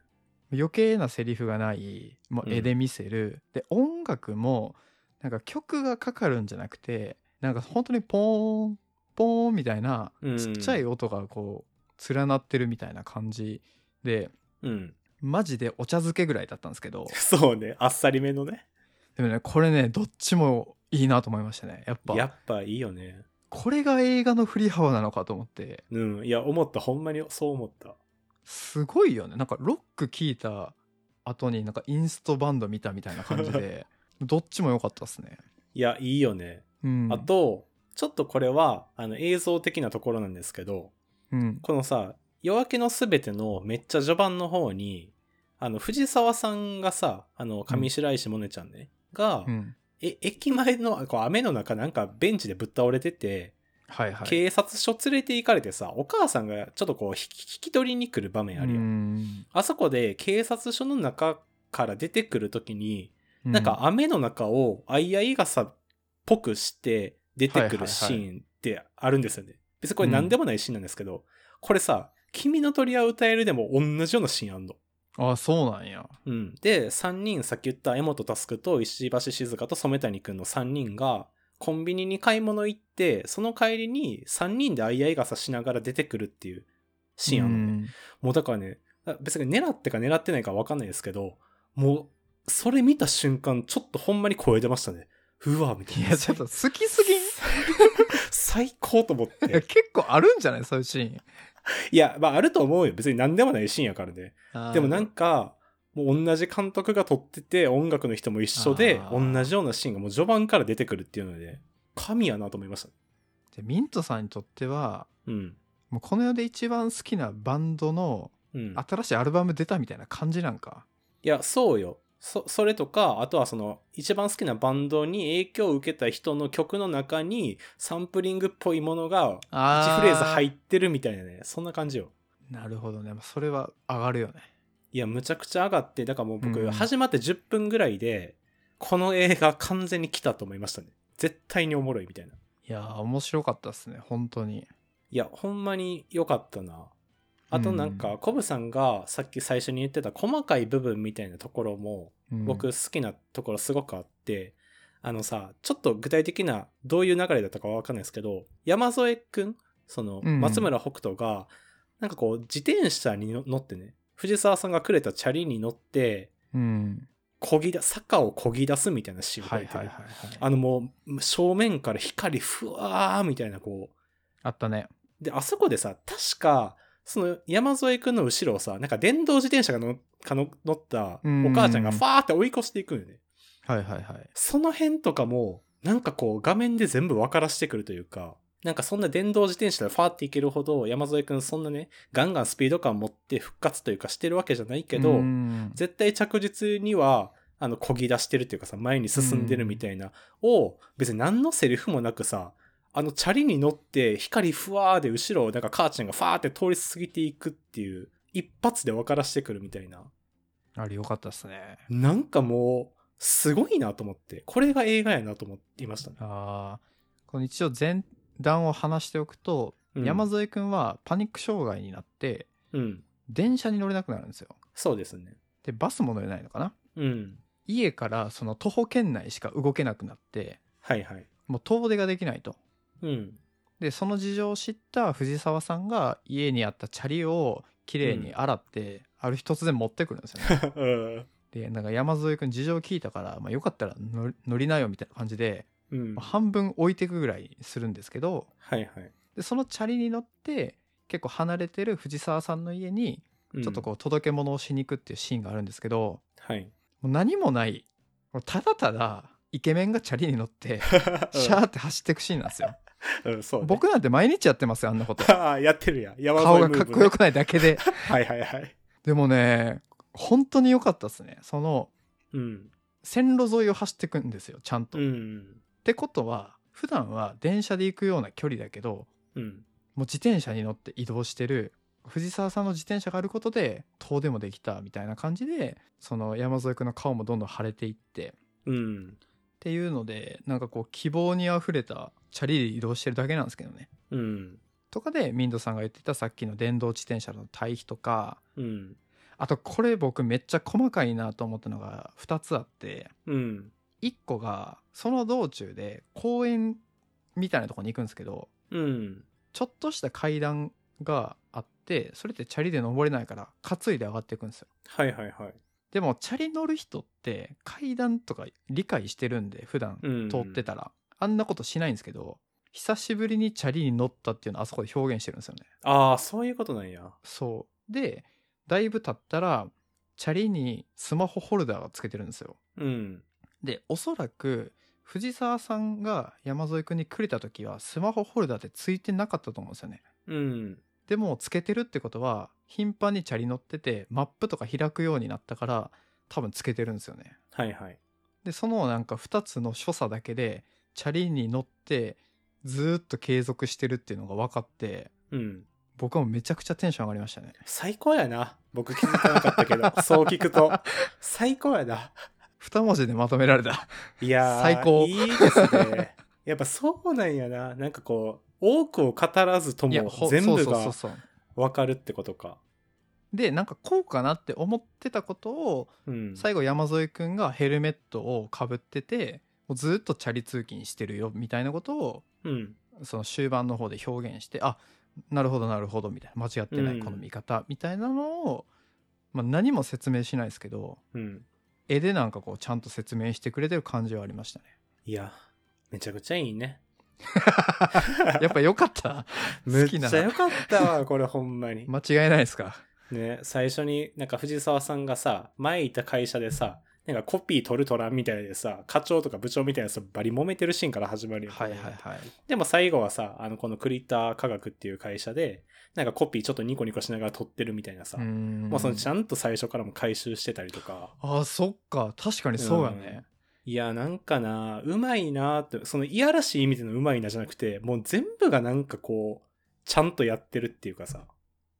[SPEAKER 1] 余計なセリフがない、もう
[SPEAKER 2] う
[SPEAKER 1] 絵
[SPEAKER 2] ん
[SPEAKER 1] で見せる。で、音楽も、なんか曲がかかるんじゃなくて、なんか本当にポーン、ポーンみたいな、
[SPEAKER 2] うん
[SPEAKER 1] ちっちゃい音がこう、連なってるみたいな感じで、
[SPEAKER 2] うん。
[SPEAKER 1] マジでお茶漬けぐらいだったんですけど。
[SPEAKER 2] そうね。あっさりめのね。
[SPEAKER 1] でもね、これね、どっちもいいなと思いましたね。やっぱ、
[SPEAKER 2] やっぱいいよね。
[SPEAKER 1] これが映画の振り幅なのかと思って、
[SPEAKER 2] うん。いや、思った。ほんまにそう思った。
[SPEAKER 1] すごいよね。なんかロック聴いた後になんかインストバンド見たみたいな感じ で、どっちも良かったですね。
[SPEAKER 2] いや、いいよね。
[SPEAKER 1] うん。
[SPEAKER 2] あと、ちょっとこれは、あの、映像的なところなんですけど、
[SPEAKER 1] うん。
[SPEAKER 2] このさ、夜明けのすべてのめっちゃ序盤の方に、あの、藤沢さんがさ、あの、上白石萌音ちゃんね、が、
[SPEAKER 1] うん。
[SPEAKER 2] え、駅前の、こう雨の中なんかベンチでぶっ倒れてて、
[SPEAKER 1] はいはい。
[SPEAKER 2] 警察署連れて行かれてさ、お母さんがちょっとこう、引き引き取りに来る場面あるよ。
[SPEAKER 1] うん
[SPEAKER 2] あそこで警察署の中から出てくるときに、なんか
[SPEAKER 1] う
[SPEAKER 2] 雨の中をあいあい傘っぽくして出てくるシーンってあるんですよね。別にこれ何でもないシーンなんですけど、これさ、君の鳥は歌えるでも同じようなシーンあんの。
[SPEAKER 1] あ、そうなんや。
[SPEAKER 2] うん。で、3人、さっき言った江本佑と石橋静香と染谷くんの3人が、コンビニに買い物行って、その帰りに3人であいあい傘しながら出てくるっていうシーンあんのね。もうだからね、あ別に狙ってか狙ってないか分かんないですけど、もう、それ見た瞬間、ちょっとほんまに声出ましたね。うわ、みた
[SPEAKER 1] うんい
[SPEAKER 2] いな。
[SPEAKER 1] や、ちょっと好きすぎん
[SPEAKER 2] 最高と思 っ
[SPEAKER 1] いや
[SPEAKER 2] て。
[SPEAKER 1] 結構あるんじゃないそういうシーン
[SPEAKER 2] いや、まああると思うよ。別に何でもないシーンやからね。
[SPEAKER 1] あー。
[SPEAKER 2] でもなんか、もう同じ監督が撮ってて、音楽の人も一緒で、
[SPEAKER 1] あー
[SPEAKER 2] 同じようなシーンがもう序盤から出てくるっていうので、神やなと思いました。
[SPEAKER 1] でミントさんにとっては、
[SPEAKER 2] うん。
[SPEAKER 1] もうこの世で一番好きなバンドの
[SPEAKER 2] うん。
[SPEAKER 1] 新しいアルバム出たみたいな感じなんか。
[SPEAKER 2] いや、そうよ。そ、それとか、あとはその、一番好きなバンドに影響を受けた人の曲の中に、サンプリングっぽいものが、1フレーズ入ってるみたいなね、そんな感じよ。
[SPEAKER 1] なるほどね。まあそれは上がるよね。
[SPEAKER 2] いや、むちゃくちゃ上がって、だからもう
[SPEAKER 1] う
[SPEAKER 2] 僕、
[SPEAKER 1] ん
[SPEAKER 2] 始まって10分ぐらいで、この映画完全に来たと思いましたね。絶対におもろいみたいな。
[SPEAKER 1] いやー、面白かったですね。本当に。
[SPEAKER 2] いや、ほんまに良かったな。あとなん
[SPEAKER 1] う
[SPEAKER 2] か、
[SPEAKER 1] ん
[SPEAKER 2] コブさんがさっき最初に言ってた細かい部分みたいなところも、
[SPEAKER 1] うん
[SPEAKER 2] 僕好きなところすごくあって、あのさちょっと具体的などういう流れだったかは分かんないですけど山添くんその
[SPEAKER 1] うん
[SPEAKER 2] 松村北斗が、なんかこう自転車にの乗ってね藤沢さんがくれたチャリに乗って
[SPEAKER 1] うん。
[SPEAKER 2] 漕ぎだ坂を漕ぎ出すみたいなシーンを
[SPEAKER 1] は
[SPEAKER 2] 描
[SPEAKER 1] い
[SPEAKER 2] いてる、
[SPEAKER 1] はいはい、はいあ。
[SPEAKER 2] あのもう正面から光ふわーみたいなこう
[SPEAKER 1] ったね。
[SPEAKER 2] で、あそこでさ、確か、その山添くんの後ろをさ、なんか電動自転車がのかの乗った
[SPEAKER 1] うん
[SPEAKER 2] お母ちゃんがファーって追い越していくんよね。
[SPEAKER 1] はいはいはい。
[SPEAKER 2] その辺とかも、なんかこう画面で全部分からしてくるというか、なんかそんな電動自転車でファーっていけるほど山添くんそんなね、ガンガンスピード感持って復活というかしてるわけじゃないけど、
[SPEAKER 1] うん
[SPEAKER 2] 絶対着実には、あの、漕ぎ出してるっていうかさ、前に進んでるみたいな、を、別に何のセリフもなくさ、あの、チャリに乗って、光ふわーで後ろを、なんか母ちゃんがファーって通り過ぎていくっていう、一発で分からしてくるみたいな。
[SPEAKER 1] あれよかったですね。
[SPEAKER 2] なんかもう、すごいなと思って、これが映画やなと思っていましたね。
[SPEAKER 1] あーこの一応前段を話しておくと、
[SPEAKER 2] うん
[SPEAKER 1] 山添くんはパニック障害になって、
[SPEAKER 2] うん。
[SPEAKER 1] 電車に乗れなくなるんですよ。
[SPEAKER 2] そうですね。
[SPEAKER 1] で、バスも乗れないのかな
[SPEAKER 2] うん。
[SPEAKER 1] 家からその徒歩圏内しか動けなくなって、
[SPEAKER 2] はいはい。
[SPEAKER 1] もう遠出ができないと。
[SPEAKER 2] うん。
[SPEAKER 1] でその事情を知った藤沢さんが家にあったチャリを綺麗に洗って、ある日突然持ってくるんですよね
[SPEAKER 2] うん
[SPEAKER 1] でなんか山添君事情聞いたから、まあ、よかったら乗り乗りなよみたいな感じで、
[SPEAKER 2] うん。
[SPEAKER 1] まあ
[SPEAKER 2] は
[SPEAKER 1] 半分置いてくぐらいするんですけど
[SPEAKER 2] いはい。
[SPEAKER 1] でそのチャリに乗って結構離れてる藤沢さんの家に
[SPEAKER 2] うん
[SPEAKER 1] ちょっとこう届け物をしに行くっていうシーンがあるんですけど、
[SPEAKER 2] はい。
[SPEAKER 1] もう何もないもうただただイケメンがチャリに乗って シャーって走ってくシーンなんですよ。
[SPEAKER 2] うんうん、そうね。
[SPEAKER 1] 僕なんて毎日やってますよあんなこ と。
[SPEAKER 2] ああ、やってるやん。山
[SPEAKER 1] 顔
[SPEAKER 2] 添ムー
[SPEAKER 1] が
[SPEAKER 2] ブね
[SPEAKER 1] かっこよくないだけで。
[SPEAKER 2] はいはいはい。
[SPEAKER 1] でもね本当に良かったですね。その
[SPEAKER 2] うん。
[SPEAKER 1] 線路沿いを走ってくんですよちゃんと。
[SPEAKER 2] う
[SPEAKER 1] っ
[SPEAKER 2] ん。
[SPEAKER 1] てことは普段は電車で行くような距離だけど
[SPEAKER 2] う
[SPEAKER 1] も
[SPEAKER 2] ん。
[SPEAKER 1] う自転車に乗って移動してる藤沢さんの自転車があることで遠出もできたみたいな感じでその山添君の顔もどんどん腫れていって
[SPEAKER 2] うん。
[SPEAKER 1] っていうのでなんかこう希望にあふれたチャリで移動してるだけなんですけどね。
[SPEAKER 2] うん。
[SPEAKER 1] とかでミンドさんが言ってたさっきの電動自転車の対比とか
[SPEAKER 2] うん。
[SPEAKER 1] あとこれ僕めっちゃ細かいなと思ったのが2つあって
[SPEAKER 2] うん。
[SPEAKER 1] 1個がその道中で公園みたいなとこに行くんですけど
[SPEAKER 2] うん。
[SPEAKER 1] ちょっとした階段があってそれってチャリで登れないから担いで上がっていくんですよ
[SPEAKER 2] はいはいはい。
[SPEAKER 1] でもチャリ乗る人って階段とか理解してるんで普段
[SPEAKER 2] うん。
[SPEAKER 1] 通って。たら、あんなことしないんですけど久しぶりにチャリに乗ったっていうのをあそこで表現してるんですよね
[SPEAKER 2] ああ、そういうことなんや。
[SPEAKER 1] そうでだいぶ経ったらチャリにスマホホルダーがつけてるんですよ
[SPEAKER 2] うん。
[SPEAKER 1] でおそらく藤沢さんが山添君にくれた時はスマホホルダーってついてなかったと思うんですよね
[SPEAKER 2] うん。
[SPEAKER 1] でもつけてるってことは頻繁にチャリ乗っててマップとか開くようになったから多分つけてるんですよね。
[SPEAKER 2] はいはい。
[SPEAKER 1] でそのなんか2つの所作だけでチャリに乗ってずーっと継続してるっていうのが分かって
[SPEAKER 2] うん。
[SPEAKER 1] 僕はもうめちゃくちゃテンション上がりましたね。
[SPEAKER 2] 最高やな。僕気づかなかったけど、 そう聞くと。最高やな。
[SPEAKER 1] 2文字でまとめられた。
[SPEAKER 2] いやー
[SPEAKER 1] 最高
[SPEAKER 2] いいですね。やっぱそうなんやな。なんかこう、多くを語らずと
[SPEAKER 1] いや
[SPEAKER 2] も
[SPEAKER 1] ほ
[SPEAKER 2] 全
[SPEAKER 1] そう
[SPEAKER 2] 部
[SPEAKER 1] そうそう
[SPEAKER 2] が
[SPEAKER 1] そう。
[SPEAKER 2] わかるってことか。
[SPEAKER 1] でなんかこうかなって思ってたことを
[SPEAKER 2] うん。
[SPEAKER 1] 最後山添くんがヘルメットをかぶっててもうずーっとチャリ通勤してるよみたいなことを
[SPEAKER 2] うん。
[SPEAKER 1] その終盤の方で表現してあなるほどなるほどみたいな間違ってな
[SPEAKER 2] う
[SPEAKER 1] い
[SPEAKER 2] ん
[SPEAKER 1] この見方みたいなのを、まあ、何も説明しないですけど
[SPEAKER 2] うん。
[SPEAKER 1] 絵でなんかこうちゃんと説明してくれてる感じはありました ね
[SPEAKER 2] いや、めちゃくちゃいいね。
[SPEAKER 1] やっぱ良かった
[SPEAKER 2] め
[SPEAKER 1] 好
[SPEAKER 2] っ
[SPEAKER 1] き
[SPEAKER 2] ち
[SPEAKER 1] な
[SPEAKER 2] ゃ良かっ たわ、これほんまに。
[SPEAKER 1] 間違いないですか
[SPEAKER 2] ね、最初になんか藤沢さんがさ、前いた会社でさ、なんかコピー取る取らんみたいでさ、課長とか部長みたいなさ、バリ揉めてるシーンから始まるよね、
[SPEAKER 1] はいはいはい
[SPEAKER 2] でも最後はさ、あの、このクリッター科学っていう会社で、なんかコピーちょっとニコニコしながら取ってるみたいなさ、
[SPEAKER 1] うーん
[SPEAKER 2] もうそのちゃんと最初からも回収してたりとか。
[SPEAKER 1] あそっか確かにそうやね、
[SPEAKER 2] いや、なんかな、うまいなって、そのいやらしい意味でのうまいなじゃなくて、もう全部がなんかこう、ちゃんとやってるっていうかさ。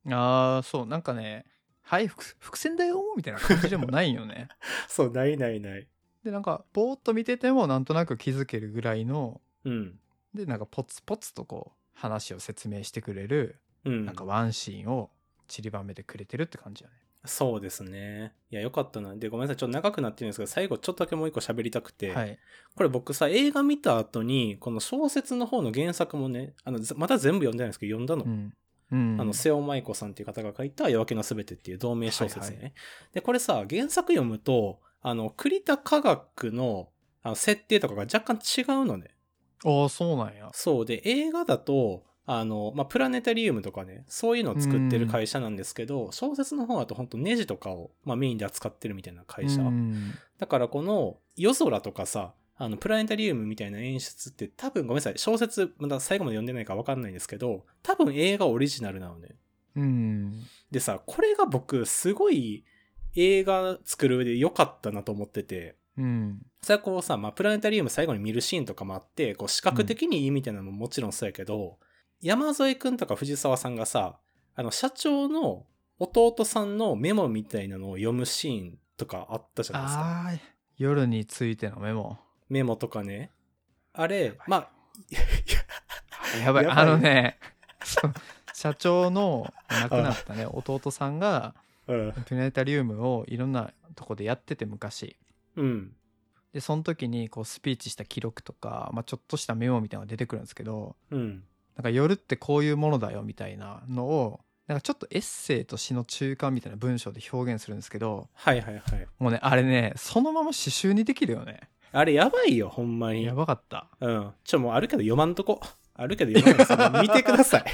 [SPEAKER 1] ああそうなんかねはい伏伏線だよみたいな感じでもないよね
[SPEAKER 2] そう、ないないない。
[SPEAKER 1] でなんかぼーっと見ててもなんとなく気づけるぐらいの
[SPEAKER 2] うん。
[SPEAKER 1] でなんかポツポツとこう話を説明してくれる
[SPEAKER 2] うん。
[SPEAKER 1] なんかワンシーンを散りばめてくれてるって感じだね。
[SPEAKER 2] そうですね。いや、よかったな。で、ごめんなさい。ちょっと長くなってるんですけど、最後ちょっとだけもう一個喋りたくて。
[SPEAKER 1] はい。
[SPEAKER 2] これ僕さ、映画見た後に、この小説の方の原作もね、あの、ずまた全部読んでないんですけど、読んだの。
[SPEAKER 1] うん。うん。
[SPEAKER 2] あの、瀬尾舞子さんっていう方が書いた夜明けのすべてっていう同名小説ね。で、これさ、原作読むと、あの、栗田科学のあの設定とかが若干違うのね。
[SPEAKER 1] ああ、そうなんや。
[SPEAKER 2] そうで、映画だと、あの、まあ、プラネタリウムとかね、そういうのを作ってる会社なんですけど、小説の方だと本当ネジとかを、まあ、メインで扱ってるみたいな会社。
[SPEAKER 1] うん
[SPEAKER 2] だからこの夜空とかさ、あの、プラネタリウムみたいな演出って多分ごめんなさい、小説まだ最後まで読んでないからわかんないんですけど、多分映画オリジナルなのね。
[SPEAKER 1] うん。
[SPEAKER 2] でさ、これが僕すごい映画作る上で良かったなと思ってて、
[SPEAKER 1] うん。
[SPEAKER 2] それはこうさ、まあ、プラネタリウム最後に見るシーンとかもあって、こう視覚的にいいみたいなのももちろんそうやけど、山添くんとか藤沢さんがさ、あの、社長の弟さんのメモみたいなのを読むシーンとかあったじゃないですか。
[SPEAKER 1] ああ、夜についてのメ モ。
[SPEAKER 2] メモとかね。あれ、まあ、
[SPEAKER 1] やばい、
[SPEAKER 2] やば
[SPEAKER 1] あ
[SPEAKER 2] い
[SPEAKER 1] のね、 そう社長の亡くなったね、弟さんが、
[SPEAKER 2] うん。
[SPEAKER 1] プラネタリウムをいろんなとこでやってて、昔。
[SPEAKER 2] うん。
[SPEAKER 1] で、その時に、こう、スピーチした記録とか、まあ、ちょっとしたメモみたいなのが出てくるんですけど、
[SPEAKER 2] うん。
[SPEAKER 1] なんか夜ってこういうものだよみたいなのを、なんかちょっとエッセイと詩の中間みたいな文章で表現するんですけど
[SPEAKER 2] はいはいはい。
[SPEAKER 1] もうねあれねそのまま刺繍にできるよね
[SPEAKER 2] あれやばいよ、ほんまに。
[SPEAKER 1] やばかった
[SPEAKER 2] うん。ちょ、もうあるけど読まんとこ。あるけど読まんとこその。見てく ださい。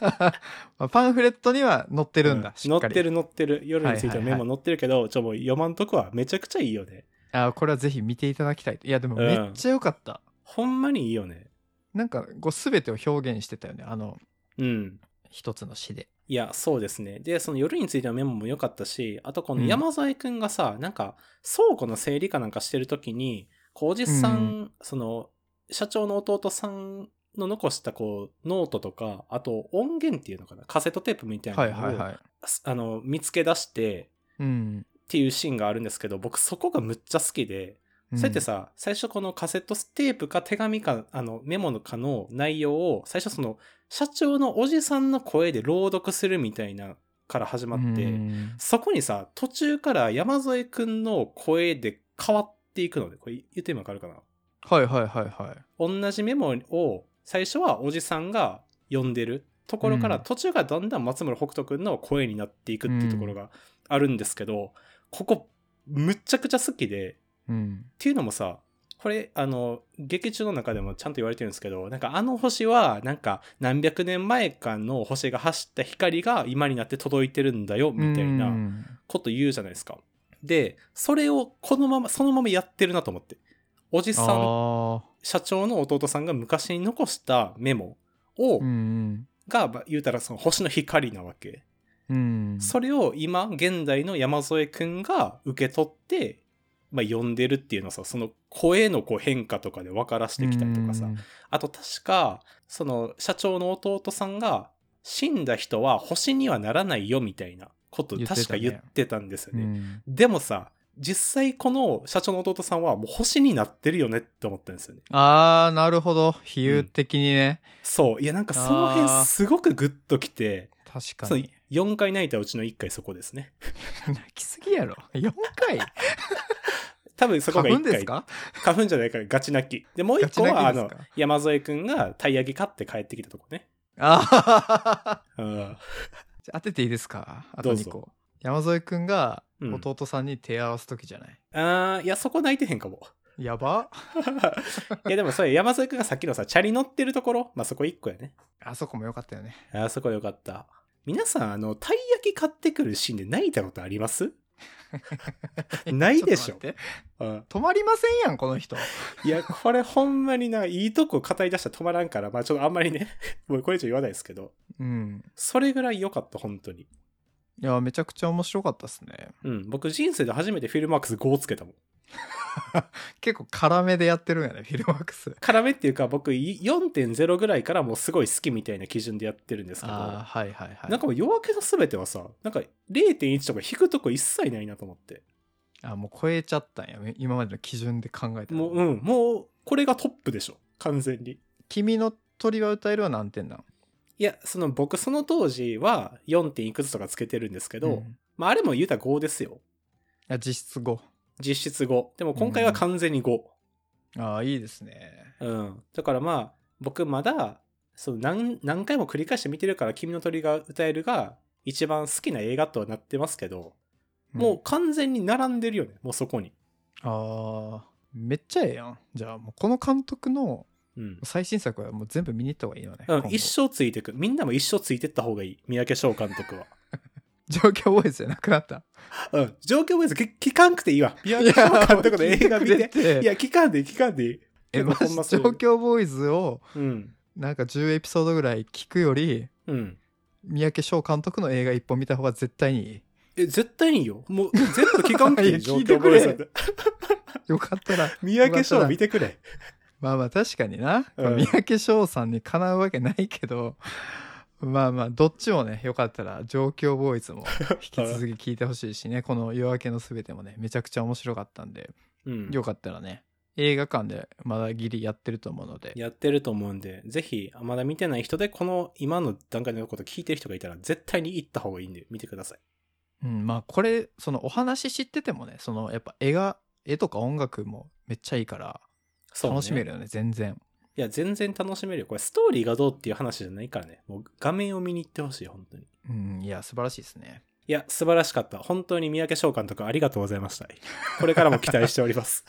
[SPEAKER 1] まあパンフレットには載ってるんだ、
[SPEAKER 2] う
[SPEAKER 1] しっか
[SPEAKER 2] 載
[SPEAKER 1] り
[SPEAKER 2] ってる載ってる。夜についてのメ
[SPEAKER 1] はいはい
[SPEAKER 2] モ載ってるけど、ちょ、もう読まんとこはめちゃくちゃいいよね。
[SPEAKER 1] あこれはぜひ見ていただきたいといやでも
[SPEAKER 2] うん
[SPEAKER 1] めっちゃ良かった、
[SPEAKER 2] ほんまにいいよね。
[SPEAKER 1] なんかこう全てを表現してたよねあの
[SPEAKER 2] うん。
[SPEAKER 1] 一つの詩で
[SPEAKER 2] いや、そうですね。で、その夜についてのメモも良かったし、あとこの
[SPEAKER 1] うん
[SPEAKER 2] 山添くんがさ、なんか倉庫の整理かなんかしてる時に、こうおじさん、
[SPEAKER 1] う
[SPEAKER 2] その、社長の弟さんの残したこう、ノートとか、あと音源っていうのかな、カセットテープみたいな
[SPEAKER 1] はい
[SPEAKER 2] のを、
[SPEAKER 1] はいはい
[SPEAKER 2] すあの、見つけ出して、
[SPEAKER 1] うん
[SPEAKER 2] っていうシーンがあるんですけど、僕そこがむっちゃ好きで、
[SPEAKER 1] うん
[SPEAKER 2] そうやってさ、最初このカセットテープか手紙か、あの、メモのかの内容を、最初その、社長のおじさんの声で朗読するみたいな、から始まって、
[SPEAKER 1] うん
[SPEAKER 2] そこにさ、途中から山添くんの声で変わっていくので、これ言ってもわかるかな
[SPEAKER 1] はいはいはいはい
[SPEAKER 2] 同じメモを、最初はおじさんが読んでるところから、
[SPEAKER 1] うん
[SPEAKER 2] 途中からだんだん松村北斗くんの声になっていくっていうところがあるんですけど、ここ、むっちゃくちゃ好きで、
[SPEAKER 1] うん
[SPEAKER 2] っていうのもさこれあの劇中の中でもちゃんと言われてるんですけどなんかあの星はなんか何百年前かの星が走った光が今になって届いてるんだよみたいうなんこと言うじゃないですか。でそれをこのままそのままやってるなと思っておじ
[SPEAKER 1] あ
[SPEAKER 2] さん
[SPEAKER 1] ー
[SPEAKER 2] 社長の弟さんが昔に残したメモを、
[SPEAKER 1] うんうん
[SPEAKER 2] がまあ言うたらその星の光なわけ。
[SPEAKER 1] うん
[SPEAKER 2] それを今現代の山添くんが受け取って、まあ、読んでるっていうのはさその声のこう変化とかで分からしてきたりとかさ
[SPEAKER 1] うん
[SPEAKER 2] あと確かその社長の弟さんが死んだ人は星にはならないよみたいなこと
[SPEAKER 1] 言ってたね
[SPEAKER 2] 確か言ってたんですよ
[SPEAKER 1] う
[SPEAKER 2] ね
[SPEAKER 1] ん
[SPEAKER 2] でもさ実際この社長の弟さんはもう星になってるよねって思ったんですよね
[SPEAKER 1] あーなるほど比喩的にね、
[SPEAKER 2] そういやなんかその辺
[SPEAKER 1] あー
[SPEAKER 2] すごくグッときて
[SPEAKER 1] 確
[SPEAKER 2] そ
[SPEAKER 1] か
[SPEAKER 2] の
[SPEAKER 1] に
[SPEAKER 2] 4回泣いたうちの1回そこですね
[SPEAKER 1] 泣きすぎやろ4回
[SPEAKER 2] 多分そこが
[SPEAKER 1] 花
[SPEAKER 2] 1
[SPEAKER 1] 粉で
[SPEAKER 2] 回
[SPEAKER 1] すか
[SPEAKER 2] 花粉じゃないからガチ泣き。で、もう一個は、
[SPEAKER 1] ガ
[SPEAKER 2] あ
[SPEAKER 1] チ泣
[SPEAKER 2] の
[SPEAKER 1] きですか、
[SPEAKER 2] 山添くんがたい焼き買って帰ってきたとこね。
[SPEAKER 1] あー
[SPEAKER 2] うん。
[SPEAKER 1] じゃあ当てていいですかあ
[SPEAKER 2] ど
[SPEAKER 1] と
[SPEAKER 2] うぞ
[SPEAKER 1] 2個山添くんが
[SPEAKER 2] うん
[SPEAKER 1] 弟さんに手合わす時じゃない、
[SPEAKER 2] あーいや、そこ泣いてへんかも。
[SPEAKER 1] やば
[SPEAKER 2] いや、でもそれ山添くんがさっきのさ、チャリ乗ってるところ、まあ、そこ一個やね。
[SPEAKER 1] あそこも良かったよね
[SPEAKER 2] あーそこよかった。皆さん、あの、たい焼き買ってくるシーンで泣いたことありますないでしょ
[SPEAKER 1] ちっと待って
[SPEAKER 2] うん。
[SPEAKER 1] 止まりませんやんこの人
[SPEAKER 2] いや、これほんまにな、いいとこ語り出したら止まらんから、まあ、ちょっとあんまりね、 もうこれ以上言わないですけど、
[SPEAKER 1] うん
[SPEAKER 2] それぐらい良かった、本当に。
[SPEAKER 1] いやめちゃくちゃ面白かったっすね
[SPEAKER 2] うん。僕、人生で初めてフィルマークス5をつけたもん。
[SPEAKER 1] 結構辛めでやってるんやねフィルマックス
[SPEAKER 2] 辛めっていうか僕い4.0ぐらいからもうすごい好きみたいな基準でやってるんですけど、
[SPEAKER 1] ああはいはいはい
[SPEAKER 2] なんかもう夜明けの全てはさなんか0.1とか引くとこ一切ないなと思って
[SPEAKER 1] あもう超えちゃったんや今までの基準で考えたら
[SPEAKER 2] もううんもうこれがトップでしょ完全に
[SPEAKER 1] 君の鳥は歌えるは何点なの
[SPEAKER 2] いやその僕その当時は 4. 点いくつとかつけてるんですけど、
[SPEAKER 1] ん
[SPEAKER 2] まああれも言うたら5ですよ
[SPEAKER 1] あ実質5
[SPEAKER 2] 実質5でも今回は完全に5、
[SPEAKER 1] ああいいですね
[SPEAKER 2] うん。だからまあ、僕まだ、その何、何回も繰り返して見てるから、君の鳥が歌えるが、一番好きな映画とはなってますけど、
[SPEAKER 1] うん
[SPEAKER 2] もう完全に並んでるよね、もうそこに。
[SPEAKER 1] ああめっちゃええやんじゃあもうこの監督の
[SPEAKER 2] うん。
[SPEAKER 1] 最新作はもう全部見に行った方がいいよね、
[SPEAKER 2] うん
[SPEAKER 1] 今、後
[SPEAKER 2] 一生ついてく。みんなも一生ついてった方がいい。三宅翔監督は。
[SPEAKER 1] 状況ボーイズじゃなくなった
[SPEAKER 2] うん。状況もいいです。き聞かんくていいわ。三宅翔監督の映画見
[SPEAKER 1] いや聞い
[SPEAKER 2] て。
[SPEAKER 1] くれ
[SPEAKER 2] いや、聞かんでいい、聞かんでいい。
[SPEAKER 1] えマジ
[SPEAKER 2] ほんまそ
[SPEAKER 1] 状
[SPEAKER 2] う
[SPEAKER 1] 況ボーイズを
[SPEAKER 2] うん。
[SPEAKER 1] なんか10エピソードぐらい聞くより
[SPEAKER 2] うん。
[SPEAKER 1] 三宅翔監督の映画一本見た方が絶対にいい
[SPEAKER 2] え、絶対いいよ。もう、全部聞かんくて い
[SPEAKER 1] いや
[SPEAKER 2] い。状
[SPEAKER 1] 聞いて
[SPEAKER 2] 況
[SPEAKER 1] く
[SPEAKER 2] ボー
[SPEAKER 1] れ
[SPEAKER 2] イズだって。
[SPEAKER 1] よかったら
[SPEAKER 2] 三宅翔見てくれ。
[SPEAKER 1] まあまあ確かにな、
[SPEAKER 2] うん
[SPEAKER 1] 三宅翔さんにかなうわけないけどまあまあどっちもねよかったら状況ボーイズも引き続き聞いてほしいしねこの「夜明けのすべて」もねめちゃくちゃ面白かったんで
[SPEAKER 2] うん。
[SPEAKER 1] よかったらね映画館でまだギリやってると思うので
[SPEAKER 2] やってると思うんで、ぜひ、まだ見てない人で、この今の段階のこと聞いてる人がいたら、絶対に行った方がいいんで、見てください。
[SPEAKER 1] うん、まあこれそのお話知っててもねそのやっぱ絵が絵とか音楽もめっちゃいいから
[SPEAKER 2] そうね
[SPEAKER 1] 楽しめるよね全然
[SPEAKER 2] いや、全然楽しめるよ。これ、ストーリーがどうっていう話じゃないからね。もう、画面を見に行ってほしい、本当に。
[SPEAKER 1] ううん、いや、素晴らしいですね。
[SPEAKER 2] いや、素晴らしかった。本当に三宅翔監督ありがとうございました。これからも期待してお ります。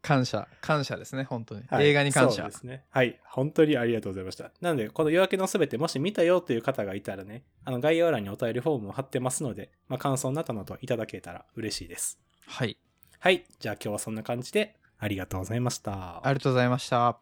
[SPEAKER 1] 感謝、感謝ですね、本当に。
[SPEAKER 2] はい
[SPEAKER 1] 映画に感謝。
[SPEAKER 2] そうですね。はい。本当にありがとうございました。なので、この夜明けのすべて、もし見たよという方がいたらね、あの概要欄にお便りフォームを貼ってますので、まあ、感想などなどいただけたら嬉しいです。
[SPEAKER 1] はい。
[SPEAKER 2] はい。じゃあ今日はそんな感じで、ありがとうございました。
[SPEAKER 1] ありがとうございました。